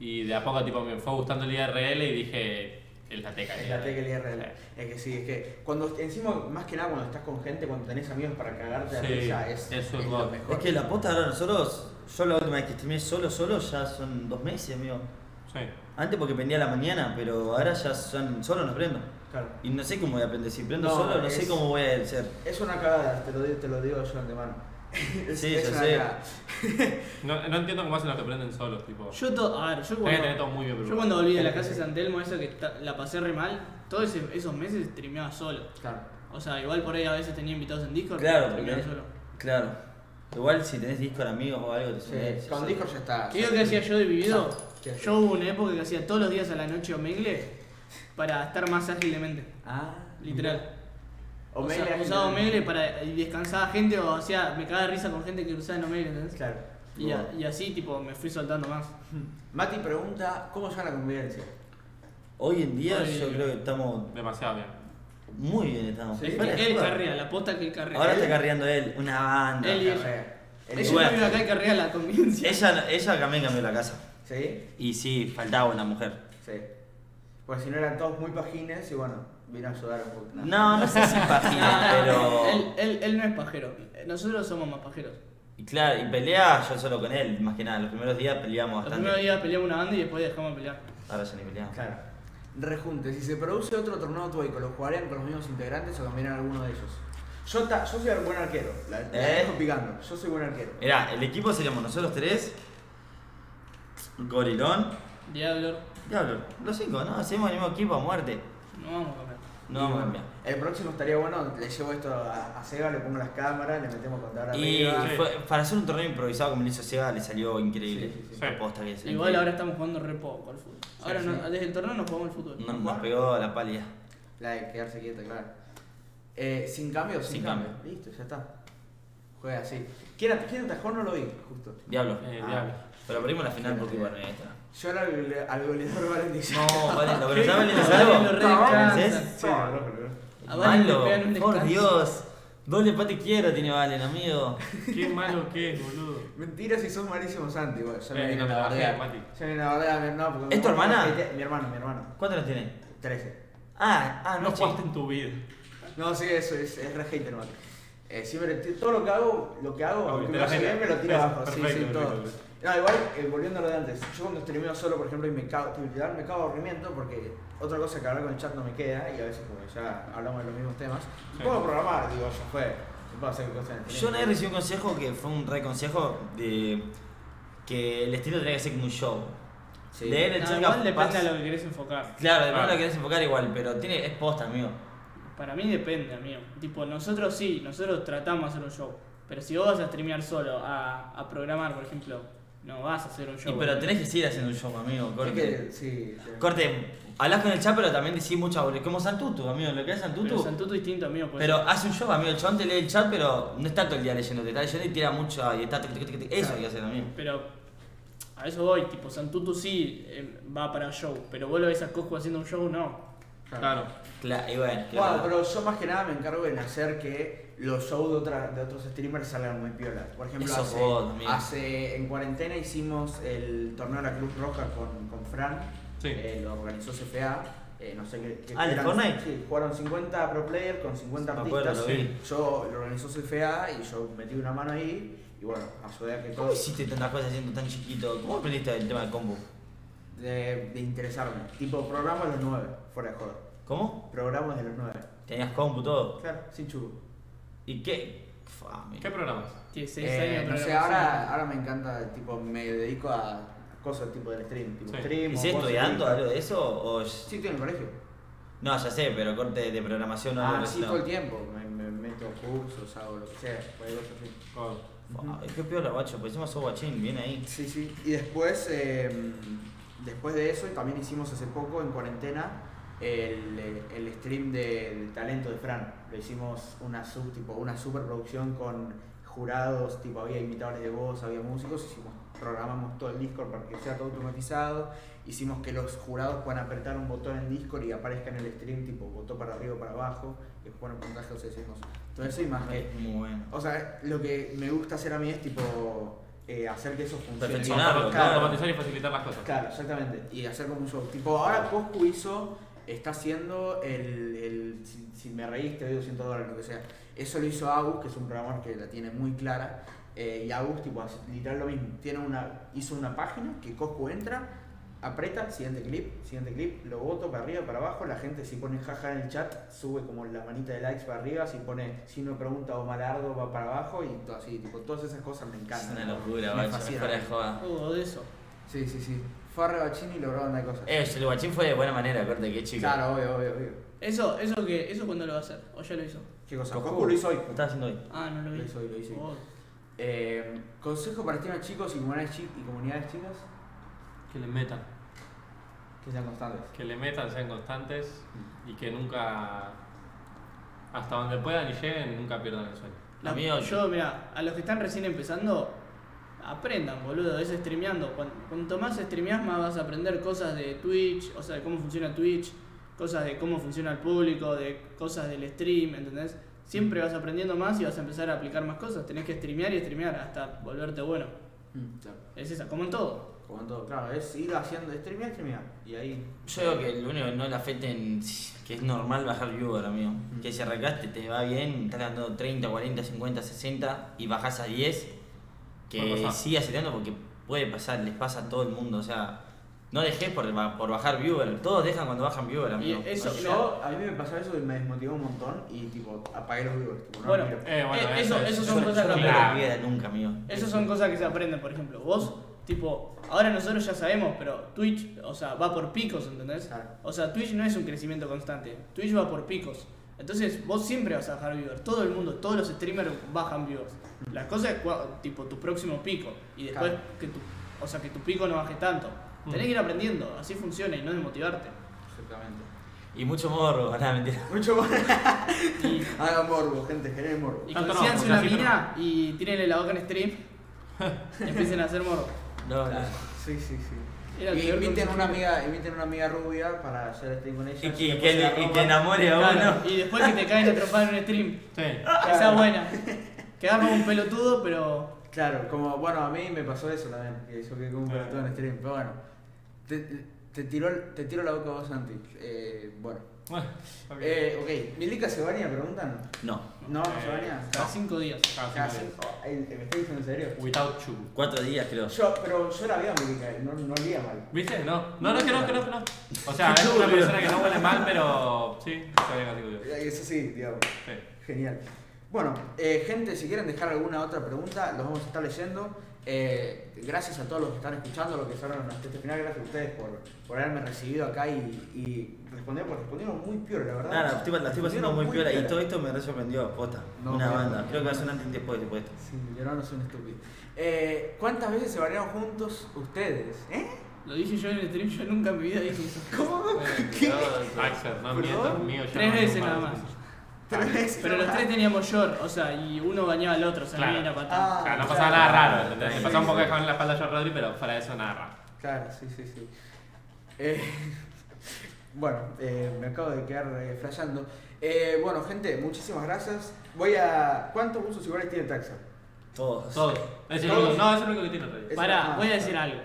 Speaker 4: y de a poco tipo me fue gustando el IRL y dije, es la teca.
Speaker 1: Es la tecla IRL.
Speaker 4: Sí.
Speaker 1: Es que sí, es que cuando encima, más que nada cuando estás con gente, cuando tenés amigos para cagarte de
Speaker 4: Sí,
Speaker 1: risa, es,
Speaker 4: eso es
Speaker 1: lo
Speaker 4: God.
Speaker 1: mejor.
Speaker 2: Es que la posta ahora nosotros, yo la última vez que streameé solo, solo, ya son dos meses, amigo.
Speaker 4: Sí.
Speaker 2: Antes porque prendía a la mañana, pero ahora ya son, solo no prendo.
Speaker 1: Claro.
Speaker 2: Y no sé cómo voy a aprender, si prendo
Speaker 1: No,
Speaker 2: solo, no sé
Speaker 1: es-
Speaker 2: cómo voy a ser.
Speaker 1: Es una cagada, te lo digo, te lo digo yo de antemano. Es-
Speaker 2: Sí,
Speaker 1: es
Speaker 2: ya
Speaker 1: una
Speaker 2: sé.
Speaker 1: cagada.
Speaker 4: No, no entiendo cómo hacen los que prenden solos, tipo.
Speaker 3: Yo, to- a ver, yo
Speaker 4: Tenés que tener
Speaker 3: cuando,
Speaker 4: todo muy bien
Speaker 3: yo cuando volví de la casa de San Telmo, esa que ta- la pasé re mal, todos ese- esos meses streameaba solo.
Speaker 1: Claro.
Speaker 3: O sea, igual por ahí a veces tenía invitados en Discord,
Speaker 2: Claro,
Speaker 3: pero streameaba
Speaker 2: porque-
Speaker 3: solo.
Speaker 2: Claro. Igual si tenés Discord amigos o algo, te
Speaker 1: Sí,
Speaker 2: subís,
Speaker 1: con
Speaker 2: sí.
Speaker 1: Discord ya está.
Speaker 3: ¿Qué es lo que hacía yo de vivido?
Speaker 2: Ah,
Speaker 1: ¿Qué hacía?
Speaker 3: Yo hubo una época que hacía todos los días a la noche omegle para estar más ágil de mente,
Speaker 1: Ah,
Speaker 3: literal. O
Speaker 1: Omegle,
Speaker 3: sea,
Speaker 1: ágil
Speaker 3: usaba
Speaker 1: de-
Speaker 3: omegle para, y descansaba gente o hacía, me cagaba de risa con gente que usaba en omegle, ¿entendés?
Speaker 1: Claro.
Speaker 3: Y, a- y así tipo me fui soltando más.
Speaker 1: Mati pregunta, ¿cómo se va la convivencia?
Speaker 2: Hoy en día
Speaker 3: Hoy-
Speaker 2: yo creo que estamos
Speaker 4: Demasiado bien.
Speaker 2: muy bien, estamos.
Speaker 3: Es
Speaker 2: Fuera de
Speaker 3: que él
Speaker 2: joda.
Speaker 3: carrea, la posta que él carrea.
Speaker 2: Ahora está
Speaker 3: Él-
Speaker 2: carreando él, una banda.
Speaker 3: Él y
Speaker 1: La
Speaker 3: ella.
Speaker 1: carrera. El
Speaker 3: Ella
Speaker 2: Bueno.
Speaker 3: no vive acá y carrea la convivencia.
Speaker 2: Ella, ella también cambió la casa.
Speaker 1: ¿Sí?
Speaker 2: Y sí, faltaba una mujer.
Speaker 1: Sí. Pues si no eran todos muy pajines y bueno, vino a ayudar un poco.
Speaker 2: No, no sé si pagina, pero.
Speaker 3: Él, él, él no es pajero. Nosotros somos más pajeros.
Speaker 2: Y claro, y pelea yo solo con él, más que nada. Los primeros días peleamos
Speaker 3: Los
Speaker 2: bastante.
Speaker 3: primeros días peleamos una banda y después dejamos de pelear.
Speaker 2: Ahora ya ni peleamos.
Speaker 1: Claro. Rejunte, si se produce otro torneo tueco, ¿lo jugarían con los mismos integrantes o cambiarían alguno de ellos? Yo, ta- yo soy buen arquero, la, la
Speaker 2: ¿Eh?
Speaker 1: dejo picando, yo soy buen arquero.
Speaker 2: Mirá, el equipo seríamos nosotros tres, Gorilón,
Speaker 3: Diablo,
Speaker 2: Diablo, los cinco, ¿no? Hacemos el mismo equipo a muerte.
Speaker 3: no vamos a comer.
Speaker 2: No
Speaker 1: Y
Speaker 2: vamos a
Speaker 1: bueno,
Speaker 2: cambiar.
Speaker 1: El próximo estaría bueno, le llevo esto a, a Seba, le pongo las cámaras, le metemos contador
Speaker 2: Y
Speaker 1: arriba.
Speaker 2: fue- para hacer un torneo improvisado como lo hizo Seba, le salió increíble.
Speaker 1: Sí, sí,
Speaker 4: sí.
Speaker 2: Aposta que es
Speaker 3: Igual
Speaker 2: increíble.
Speaker 3: ahora estamos jugando re poco al fútbol. Ahora
Speaker 1: sí.
Speaker 3: no- desde el torneo nos jugamos al fútbol.
Speaker 2: No- nos pegó la pálida.
Speaker 1: La de quedarse quieto, claro. Eh, sin cambio, o sin,
Speaker 2: Sin
Speaker 1: cambio. Listo, ya está. Juega así. ¿Quién, at- ¿Quién atajó? No lo vi, justo.
Speaker 2: Diablo.
Speaker 4: Eh,
Speaker 1: Ah.
Speaker 4: diablo.
Speaker 2: Pero perdimos la final
Speaker 1: Sí,
Speaker 2: porque
Speaker 1: sí.
Speaker 2: bueno, esta.
Speaker 1: Yo era al, gole- al goleador Valentín.
Speaker 2: No, Valendo, pero ya Valendo
Speaker 3: Valendo re descansa.
Speaker 2: salvo.
Speaker 1: Sí, no, no, no.
Speaker 3: A Valen le pegan un
Speaker 2: Malo, por
Speaker 3: descanso.
Speaker 2: Dios. Doble pata izquierda tiene Valen, amigo.
Speaker 4: Qué malo que es, boludo.
Speaker 1: Mentira si sos malísimo Santi, güey. Ya
Speaker 4: Eh,
Speaker 1: me viene
Speaker 4: no te
Speaker 1: la
Speaker 4: la
Speaker 1: bardear.
Speaker 4: bardees, Mati.
Speaker 1: Ya me viene la bardear, no, porque este,
Speaker 2: ¿Es tu hermana?
Speaker 1: Mi hermano, mi hermano.
Speaker 2: ¿Cuántos años tiene?
Speaker 1: 13.
Speaker 2: Ah, ah,
Speaker 4: No
Speaker 2: no,
Speaker 4: jugaste
Speaker 2: chiste.
Speaker 4: en tu vida.
Speaker 1: No, sí, eso es, es re hater, Mati. Eh, siempre, t- todo lo que hago, lo que hago,
Speaker 4: Ah,
Speaker 1: aunque
Speaker 4: te
Speaker 1: me
Speaker 4: la
Speaker 1: vaya
Speaker 4: hater.
Speaker 1: bien, me lo tiro
Speaker 4: Es
Speaker 1: abajo. Sí, sí,
Speaker 4: perfecto,
Speaker 1: todo.
Speaker 4: perfecto.
Speaker 1: No, igual, eh, volviendo a lo de antes, yo cuando termino solo, por ejemplo, y me cago, literal, me cago de aburrimiento porque otra cosa que hablar con el chat no me queda y a veces como ya hablamos de los mismos temas.
Speaker 4: Sí.
Speaker 1: Puedo programar, digo, ya fue. Puedo hacer cosas en el
Speaker 2: Yo una vez recibí un consejo que fue un re consejo de que el estilo tenía que ser como un show.
Speaker 1: Sí.
Speaker 2: De él el
Speaker 3: No,
Speaker 2: Changa
Speaker 3: igual depende
Speaker 2: pasa-
Speaker 3: a lo que Ah. querés enfocar.
Speaker 2: Claro, depende de
Speaker 4: Claro.
Speaker 2: lo que querés enfocar igual, pero tiene, es posta, amigo.
Speaker 3: Para mí depende, amigo. Tipo, nosotros sí, nosotros tratamos de hacer un show. Pero si vos vas a streamear solo, a, a programar, por ejemplo, no vas a hacer un show.
Speaker 2: Y, pero tenés que seguir haciendo un show, amigo.
Speaker 1: Es
Speaker 2: Corte.
Speaker 1: que, sí. sí.
Speaker 2: Corte, hablas con el chat, pero también decís mucha boludez. Como Santutu, amigo, lo que es Santutu.
Speaker 3: Pero Santutu distinto, amigo. pues.
Speaker 2: Pero hace un show, amigo, el chabón te lee el chat, pero no está todo el día leyendo, te está leyendo y tira mucho y está... tic, tic, tic, tic. Eso hay que hacer, amigo.
Speaker 3: Pero a eso voy, tipo, Santutu sí eh, va para show, pero vos lo ves a Coscu haciendo un show, no.
Speaker 4: Claro.
Speaker 2: Claro, y bueno,
Speaker 1: Bueno,
Speaker 2: claro.
Speaker 1: pero yo más que nada me encargo en hacer que los shows de, otra- de otros streamers salgan muy piola. Por ejemplo,
Speaker 2: Eso
Speaker 1: hace,
Speaker 2: vos, amigo.
Speaker 1: hace- en cuarentena hicimos el torneo de la Cruz Roja con, con Fran,
Speaker 4: Sí.
Speaker 1: Eh, lo organizó CFA. eh, no sé qué, qué-
Speaker 2: Ah, ¿el de
Speaker 1: eran-
Speaker 2: Fortnite?
Speaker 1: Sí, jugaron 50 pro player con 50
Speaker 2: Me
Speaker 1: artistas.
Speaker 2: acuerdo, lo vi.
Speaker 1: Yo lo organizó CFA y yo metí una mano ahí y bueno, ayudé a que
Speaker 2: ¿Cómo
Speaker 1: todo
Speaker 2: hiciste tantas cosas siendo tan chiquito? ¿Cómo aprendiste el tema de combo?
Speaker 1: de, de interesarme. Tipo, programa de los 9, fuera de juego.
Speaker 2: ¿Cómo?
Speaker 1: Programas de los 9.
Speaker 2: ¿Tenías combo todo?
Speaker 1: Claro, sin chulo.
Speaker 2: ¿Y qué? Fa, amigo.
Speaker 4: ¿Qué programas?
Speaker 3: Tiene 6
Speaker 1: Eh,
Speaker 3: años.
Speaker 1: no
Speaker 3: pero
Speaker 1: sé,
Speaker 3: lo pasó.
Speaker 1: ahora, ahora me encanta, tipo, me dedico a cosas tipo del stream, tipo
Speaker 4: Sí.
Speaker 1: stream.
Speaker 2: ¿Y
Speaker 1: o
Speaker 2: si
Speaker 1: cosas
Speaker 2: estudiando
Speaker 1: tipo-
Speaker 2: algo de eso? O...
Speaker 1: Sí, estoy en el colegio.
Speaker 2: No, ya sé, pero corte de programación o algo
Speaker 1: ah,
Speaker 2: de
Speaker 1: sí,
Speaker 2: eso.
Speaker 1: todo el tiempo. Me, me meto cursos, hago lo que sea, cualquier cosa así.
Speaker 4: Con-
Speaker 2: Fa, Qué peor la guacho, pues encima sos guachín, bien ahí.
Speaker 1: Sí, sí. Y después, eh, después de eso, y también hicimos hace poco, en cuarentena, el, el stream de, del talento de Fran. Lo hicimos una sub, tipo, una superproducción con jurados, tipo, había imitadores de voz, había músicos, hicimos, programamos todo el Discord para que sea todo automatizado, hicimos que los jurados puedan apretar un botón en Discord y aparezca en el stream, tipo, botón para arriba o para abajo, y después ponen puntaje, o sea, hicimos todo eso y más que...
Speaker 2: Es Muy bueno.
Speaker 1: O sea, lo que me gusta hacer a mí es tipo eh, hacer que eso funcione.
Speaker 2: Perfeccionarlo,
Speaker 1: claro.
Speaker 4: Automatizar y facilitar las cosas.
Speaker 1: Claro, exactamente. Y hacer como un show. Tipo, ahora Coscu hizo, está haciendo el, el si, si me reís te doy 200 dólares, lo que sea. Eso lo hizo Agus, que es un programador que la tiene muy clara. eh, y Agus, tipo, hace literal lo mismo. Tiene una, hizo una página que Coscu entra, aprieta, siguiente clip, siguiente clip, lo voto para arriba, para abajo. La gente si pone jaja en el chat, sube como la manita de likes para arriba. Si pone, si no pregunta o malardo, va para abajo. Y todo así, tipo, todas esas cosas me
Speaker 2: Es
Speaker 1: encantan.
Speaker 2: una
Speaker 1: ¿no?
Speaker 2: locura,
Speaker 1: Me
Speaker 2: guacho,
Speaker 1: fascina.
Speaker 2: es fuera de joda.
Speaker 3: Todo de eso.
Speaker 1: Sí, sí, sí. Fue a Rebachini y logró mandar cosas.
Speaker 2: Eh, el guachín fue de buena manera, corte, qué chico.
Speaker 1: Claro, obvio, obvio, obvio.
Speaker 3: Eso, eso que, eso cuando lo va a hacer, o ya lo hizo.
Speaker 1: ¿Qué cosa? Uh.
Speaker 2: Coscu.
Speaker 1: Coscu lo hizo hoy.
Speaker 2: Lo estás haciendo hoy.
Speaker 3: Ah, no lo vi.
Speaker 1: Lo hizo hoy, lo hizo hoy.
Speaker 3: Oh.
Speaker 1: Eh, consejo para temas chicos y comunidades, chi- y comunidades chicas
Speaker 4: Que le metan.
Speaker 1: que sean constantes.
Speaker 4: Que le metan, sean constantes y que nunca. Hasta donde puedan y lleguen, nunca pierdan el sueño.
Speaker 3: La-
Speaker 2: Amigo,
Speaker 3: yo, mira, a los que están recién empezando, aprendan, boludo, es streameando. Cuan- Cuanto más streameas, más vas a aprender cosas de Twitch, o sea, de cómo funciona Twitch, cosas de cómo funciona el público, de cosas del stream, ¿entendés? Siempre vas aprendiendo más y vas a empezar a aplicar más cosas. Tenés que streamear y streamear hasta volverte bueno.
Speaker 1: Claro.
Speaker 3: Es esa, como en todo.
Speaker 1: Como en todo. Claro, es ir haciendo streamear, streamear. Y ahí.
Speaker 2: Yo digo que lo único que no le afecten que es normal bajar viewer, amigo. Que si arrancaste, te va bien, estás dando 30, 40, 50, 60 y bajas a 10, que
Speaker 4: Puede pasar.
Speaker 2: sigas tirando porque puede pasar, les pasa a todo el mundo. O sea, no dejes por, ba- por bajar viewer, todos dejan cuando bajan viewer, amigo.
Speaker 3: Y eso-
Speaker 1: No, yo, a mí me pasaba eso y me desmotivó un montón y tipo, apagué los viewers. tipo, no
Speaker 3: Bueno,
Speaker 1: miro.
Speaker 4: Eh, bueno,
Speaker 3: Eh, eso- eso
Speaker 2: Yo-
Speaker 4: es-
Speaker 3: son
Speaker 2: yo
Speaker 3: cosas
Speaker 2: no
Speaker 3: que-
Speaker 2: me
Speaker 4: Claro.
Speaker 2: olvidaría nunca, amigo.
Speaker 3: Esas son cosas que se aprenden, por ejemplo. Vos, tipo, ahora nosotros ya sabemos, pero Twitch, o sea, va por picos, ¿entendés?
Speaker 1: Claro.
Speaker 3: O sea, Twitch no es un crecimiento constante. Twitch va por picos. Entonces, vos siempre vas a bajar viewers. Todo el mundo, todos los streamers bajan viewers. La cosa es, cua- tipo, tu próximo pico. Y después,
Speaker 1: Claro.
Speaker 3: que tu, o sea, que tu pico no baje tanto. Tenés que ir aprendiendo, así funciona y no desmotivarte.
Speaker 1: Exactamente.
Speaker 2: Y mucho morro, nada, mentira.
Speaker 1: Mucho más.
Speaker 3: Y,
Speaker 1: Haga morbo, gente, genere morbo.
Speaker 3: y
Speaker 4: Tanto no,
Speaker 3: consíganse
Speaker 4: porque
Speaker 3: una
Speaker 4: así no.
Speaker 3: mina y tírenle la boca en stream. y empiecen a hacer morro.
Speaker 2: No, no.
Speaker 1: Sí, sí, sí.
Speaker 3: Era el
Speaker 1: Y
Speaker 3: peor
Speaker 1: inviten
Speaker 3: consejo.
Speaker 1: una amiga, inviten una amiga rubia para hacer stream con ella.
Speaker 2: Y que, y
Speaker 1: después
Speaker 2: que-
Speaker 1: se la
Speaker 2: y
Speaker 1: roban.
Speaker 2: que enamore a
Speaker 3: Claro,
Speaker 2: uno.
Speaker 3: Y después que te caen a trompar en un stream.
Speaker 4: Sí.
Speaker 3: Esa es buena. Quedás como un pelotudo, pero.
Speaker 1: Claro, como bueno, a mí me pasó eso también, que yo que como un
Speaker 4: Claro.
Speaker 1: pelotudo en stream, pero bueno. Te, te, tiró, el- te tiro la boca a vos, Santi. Eh, bueno.
Speaker 4: Bueno, ok.
Speaker 1: Eh, ok, ¿Milica se baña? Preguntan.
Speaker 2: No,
Speaker 1: No, no
Speaker 4: Eh,
Speaker 1: se baña.
Speaker 3: Cada cinco días.
Speaker 4: Casi.
Speaker 1: Casi. Oh, eh, ¿Me estás diciendo en serio?
Speaker 4: Without you.
Speaker 2: cuatro días creo.
Speaker 1: Yo, pero yo la vi a Milica, no, no olía mal.
Speaker 4: ¿Viste? No. No, no, que no, que no, que no. O sea, es una persona que no huele mal, pero. Sí, está bien así que yo.
Speaker 1: Eh, Eso sí, digamos.
Speaker 4: Sí.
Speaker 1: Genial. Bueno, eh, gente, si quieren dejar alguna otra pregunta, los vamos a estar leyendo. Eh, gracias a todos los que están escuchando, los que llegaron hasta este final. Gracias a ustedes por, por haberme recibido acá y, y responder, porque respondieron muy peor, la verdad.
Speaker 2: Nada, la estoy, la estoy pasando
Speaker 1: Respondieron
Speaker 2: muy piola y
Speaker 1: piola.
Speaker 2: todo esto me re sorprendió, posta.
Speaker 1: No,
Speaker 2: Una
Speaker 1: no,
Speaker 2: banda,
Speaker 1: no.
Speaker 2: creo que va a ser un antes y un después después de esto.
Speaker 1: Sí, yo no soy un estúpido. Eh, ¿Cuántas veces se bañaron juntos ustedes? ¿Eh?
Speaker 3: Lo dije yo en el stream, yo nunca en mi vida dije eso.
Speaker 1: ¿Cómo?
Speaker 4: Axel, no
Speaker 1: ¿Perdón?
Speaker 4: mientas mío. yo
Speaker 3: Tres
Speaker 4: no
Speaker 3: veces
Speaker 4: miento
Speaker 3: nada
Speaker 4: más.
Speaker 3: más.
Speaker 1: ¿Tres veces?
Speaker 3: Pero los tres teníamos short, o sea, y uno bañaba al otro, o sea,
Speaker 4: Claro.
Speaker 3: no era patada.
Speaker 4: O sea, no pasaba nada raro, ¿entendés? Le pasaba un poco de jabón en la espalda a John Rodri, pero fuera de eso nada raro.
Speaker 1: Claro, sí, sí, sí. Eh, bueno, eh, me acabo de quedar eh, flasheando. Eh, bueno, gente, muchísimas gracias. Voy a. ¿Cuántos usos iguales tiene Taxa?
Speaker 2: Todos.
Speaker 4: Todos. Es el
Speaker 1: Todos.
Speaker 4: único- No, es el único que tiene Rodri.
Speaker 1: Es-
Speaker 3: Pará,
Speaker 1: ah,
Speaker 3: voy a
Speaker 1: claro.
Speaker 3: decir algo.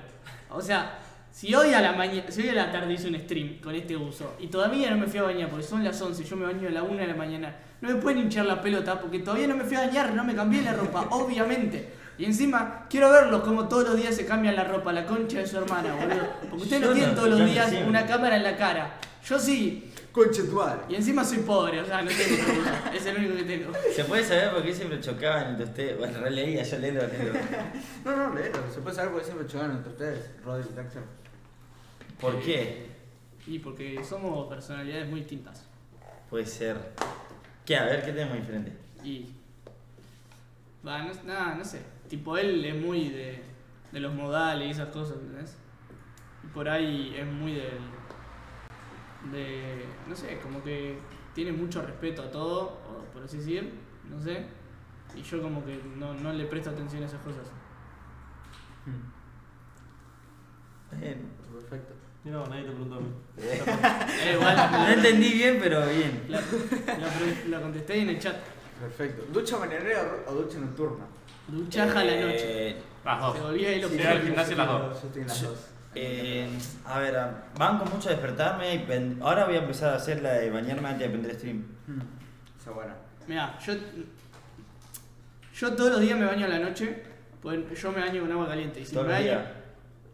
Speaker 3: O sea, si hoy a la mañana, si hoy a la tarde hice un stream con este uso y todavía no me fui a bañar porque son las 11, yo me baño a la 1 de la mañana, no me pueden hinchar la pelota porque todavía no me fui a bañar, no me cambié la ropa, obviamente. Y encima, quiero verlos como todos los días se cambian la ropa, la concha de su hermana, boludo. Porque ustedes no
Speaker 2: Yo
Speaker 3: tienen
Speaker 2: no,
Speaker 3: todos los
Speaker 2: yo no
Speaker 3: días
Speaker 2: siempre.
Speaker 3: una cámara en la cara. Yo sí,
Speaker 1: Conchetual.
Speaker 3: y encima soy pobre, o sea, no tengo problema. Es el único que tengo.
Speaker 2: ¿Se puede saber por qué siempre chocaban entre ustedes? Bueno, re leía, yo leo, leo.
Speaker 1: No, no, leelo. Se puede saber por qué siempre chocaron entre ustedes, Rodri y Taxa.
Speaker 2: ¿Por qué?
Speaker 3: Y porque somos personalidades muy distintas.
Speaker 2: Puede ser. ¿Qué? A ver, ¿qué tenemos diferente?
Speaker 3: Y. Va, no, nada, no sé. Tipo, él es muy de, de los modales y esas cosas, ¿entendés? Y por ahí es muy del. de. no sé, como que tiene mucho respeto a todo, o por así decir, no sé. Y yo como que no, no le presto atención a esas cosas.
Speaker 2: Bien.
Speaker 1: Perfecto.
Speaker 4: No, nadie te preguntó a mí.
Speaker 3: Eh, igual,
Speaker 2: No
Speaker 3: la,
Speaker 2: entendí bien, pero bien.
Speaker 3: la- la pre- la contesté ahí en el chat.
Speaker 1: Perfecto. ¿Ducha mañanera o ducha nocturna?
Speaker 3: Duchaja a la noche.
Speaker 2: Eh,
Speaker 4: Las dos.
Speaker 3: Se volvía ahí lo
Speaker 4: Sí,
Speaker 3: que
Speaker 4: era al gimnasio las dos.
Speaker 1: Yo estoy en las
Speaker 2: Yo-
Speaker 1: dos.
Speaker 2: eh, a ver, a- banco mucho despertarme y pen- ahora voy a empezar a hacer la de bañarme antes de prender stream.
Speaker 1: Mm, Está buena.
Speaker 3: Mira, yo. Yo todos los días me baño a la noche. Pues yo me baño con agua caliente. Y si
Speaker 2: Todos
Speaker 3: me
Speaker 2: los
Speaker 3: baño-
Speaker 2: días.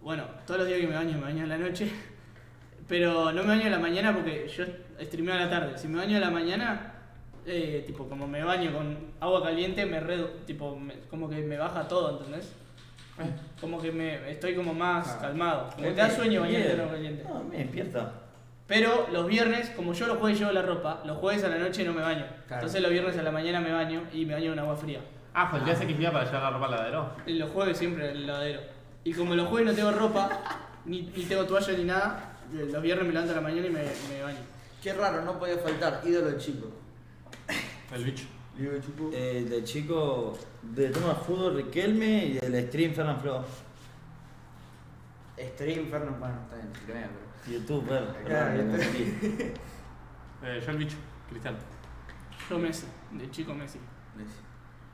Speaker 3: Bueno, todos los días que me baño, me baño a la noche. Pero no me baño a la mañana porque yo streameo a la tarde. Si me baño a la mañana, eh, tipo, como me baño con agua caliente, me redu- tipo, me- como que me baja todo, ¿entendés? Como que me estoy como más
Speaker 1: Ah.
Speaker 3: calmado. Como te da sueño
Speaker 2: Eh,
Speaker 3: bañarte
Speaker 2: Bien.
Speaker 3: con agua caliente.
Speaker 2: No, me despierto.
Speaker 3: Pero los viernes, como yo los jueves llevo la ropa, los jueves a la noche no me baño.
Speaker 1: Claro.
Speaker 3: Entonces los viernes a la mañana me baño y me baño con agua fría.
Speaker 4: Ah, fue el día ese que iba para llevar la ropa al ladero.
Speaker 3: En los jueves siempre en el lavadero. Y como los jueves no tengo ropa, ni, ni tengo toalla ni nada, eh, los viernes me levanto a la mañana y me, me baño.
Speaker 1: Qué raro, no podía faltar. Ídolo chico.
Speaker 4: El bicho.
Speaker 1: Ídolo chico.
Speaker 2: Eh, de chico, de tema de fútbol Riquelme y del stream Fernán Flo.
Speaker 1: Stream, Fernando, bueno, está bien, streamea, pero.
Speaker 2: YouTube, perdón,
Speaker 1: Claro,
Speaker 2: perdón, me
Speaker 1: este-
Speaker 2: confundí.
Speaker 4: Eh, yo el bicho, Cristian.
Speaker 3: Yo Messi, de chico Messi.
Speaker 1: Messi.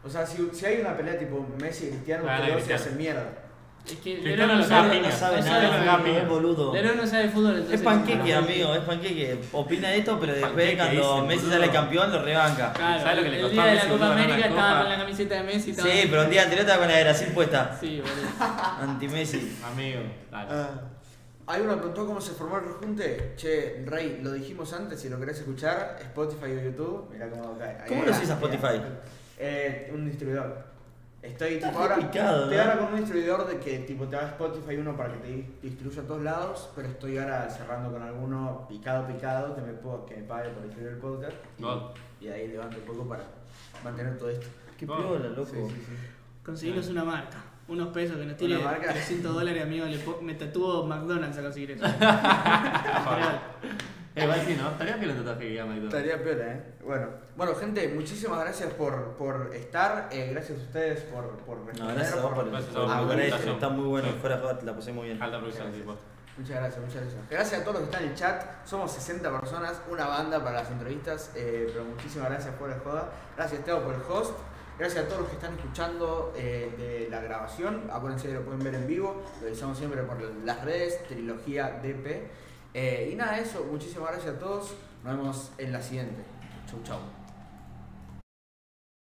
Speaker 1: O sea, si, si hay una pelea tipo Messi y Cristiano,
Speaker 4: Gana
Speaker 1: los dos se
Speaker 4: Cristiano.
Speaker 1: hacen mierda.
Speaker 3: Es que
Speaker 4: Cristiano
Speaker 3: Lerón
Speaker 4: no
Speaker 3: no
Speaker 4: sabe
Speaker 3: sabe,
Speaker 2: No sabe
Speaker 3: no
Speaker 2: nada,
Speaker 3: sabe
Speaker 2: no,
Speaker 4: nada.
Speaker 2: es boludo.
Speaker 3: Lerón no sabe de fútbol, entonces...
Speaker 2: Es panqueque,
Speaker 3: no-
Speaker 2: amigo, es panqueque. Opina de esto, pero después
Speaker 4: Panqueque,
Speaker 2: cuando
Speaker 4: dice,
Speaker 2: Messi
Speaker 4: boludo.
Speaker 2: sale campeón lo rebanca.
Speaker 3: Claro,
Speaker 4: ¿Sabe lo que le
Speaker 3: el
Speaker 4: costó
Speaker 3: día
Speaker 4: a
Speaker 3: de la
Speaker 4: Messi
Speaker 3: Copa
Speaker 4: ganar la
Speaker 3: América
Speaker 4: Copa?
Speaker 3: estaba con la camiseta de Messi. estaba-
Speaker 2: Sí, pero un día anterior estaba con la degradación puesta.
Speaker 3: Sí, boludo.
Speaker 2: Anti-Messi.
Speaker 4: Amigo, dale.
Speaker 1: Ah.
Speaker 2: Ah.
Speaker 1: Alguien me preguntó cómo se formó el rejunte. Che, Rey, lo dijimos antes, si lo querés escuchar, Spotify o YouTube. Mirá cómo cae. Ahí
Speaker 2: ¿Cómo
Speaker 1: va,
Speaker 2: lo hacés a
Speaker 1: mirá.
Speaker 2: Spotify?
Speaker 1: Eh, un distribuidor. Estoy
Speaker 2: Estás
Speaker 1: tipo ahora.
Speaker 2: re picado,
Speaker 1: estoy
Speaker 2: ¿no?
Speaker 1: ahora con un distribuidor de que tipo te va a Spotify uno para que te di- distribuya a todos lados, pero estoy ahora cerrando con alguno picado picado que me, puedo- que me pague por distribuir el podcast. Y,
Speaker 4: God.
Speaker 1: y ahí levanto un poco para mantener todo esto.
Speaker 2: Qué
Speaker 4: No.
Speaker 2: piola, loco.
Speaker 1: Sí, sí, sí.
Speaker 3: Conseguimos una marca. Unos pesos que nos tire
Speaker 1: ¿Una marca?
Speaker 3: 300 dólares, amigo. Le po- me tatuó McDonald's a conseguir eso. Real.
Speaker 4: Eh, igual sí, ¿no? Estaría bien el tatuaje que llama y todo.
Speaker 1: Estaría peor, ¿eh? Bueno, bueno gente, muchísimas gracias por, por estar, eh, gracias a ustedes por, por
Speaker 2: No, gracias a vos por el
Speaker 4: Gracias a
Speaker 2: por el
Speaker 4: vos por la
Speaker 2: progreso,
Speaker 4: invitación.
Speaker 2: Está muy bueno, fuera de joda, te la pasé muy bien.
Speaker 4: Alta producción, pues. tipo.
Speaker 1: Muchas gracias, muchas gracias. Gracias a todos los que están en el chat, somos 60 personas, una banda para las entrevistas, eh, pero muchísimas gracias por la joda. Gracias Teo por el host. Gracias a todos los que están escuchando eh, de la grabación. Acuérdense que lo pueden ver en vivo. Lo avisamos siempre por las redes, Trilogía DP. Eh, y nada, eso. Muchísimas gracias a todos. Nos vemos en la siguiente. Chau, chau.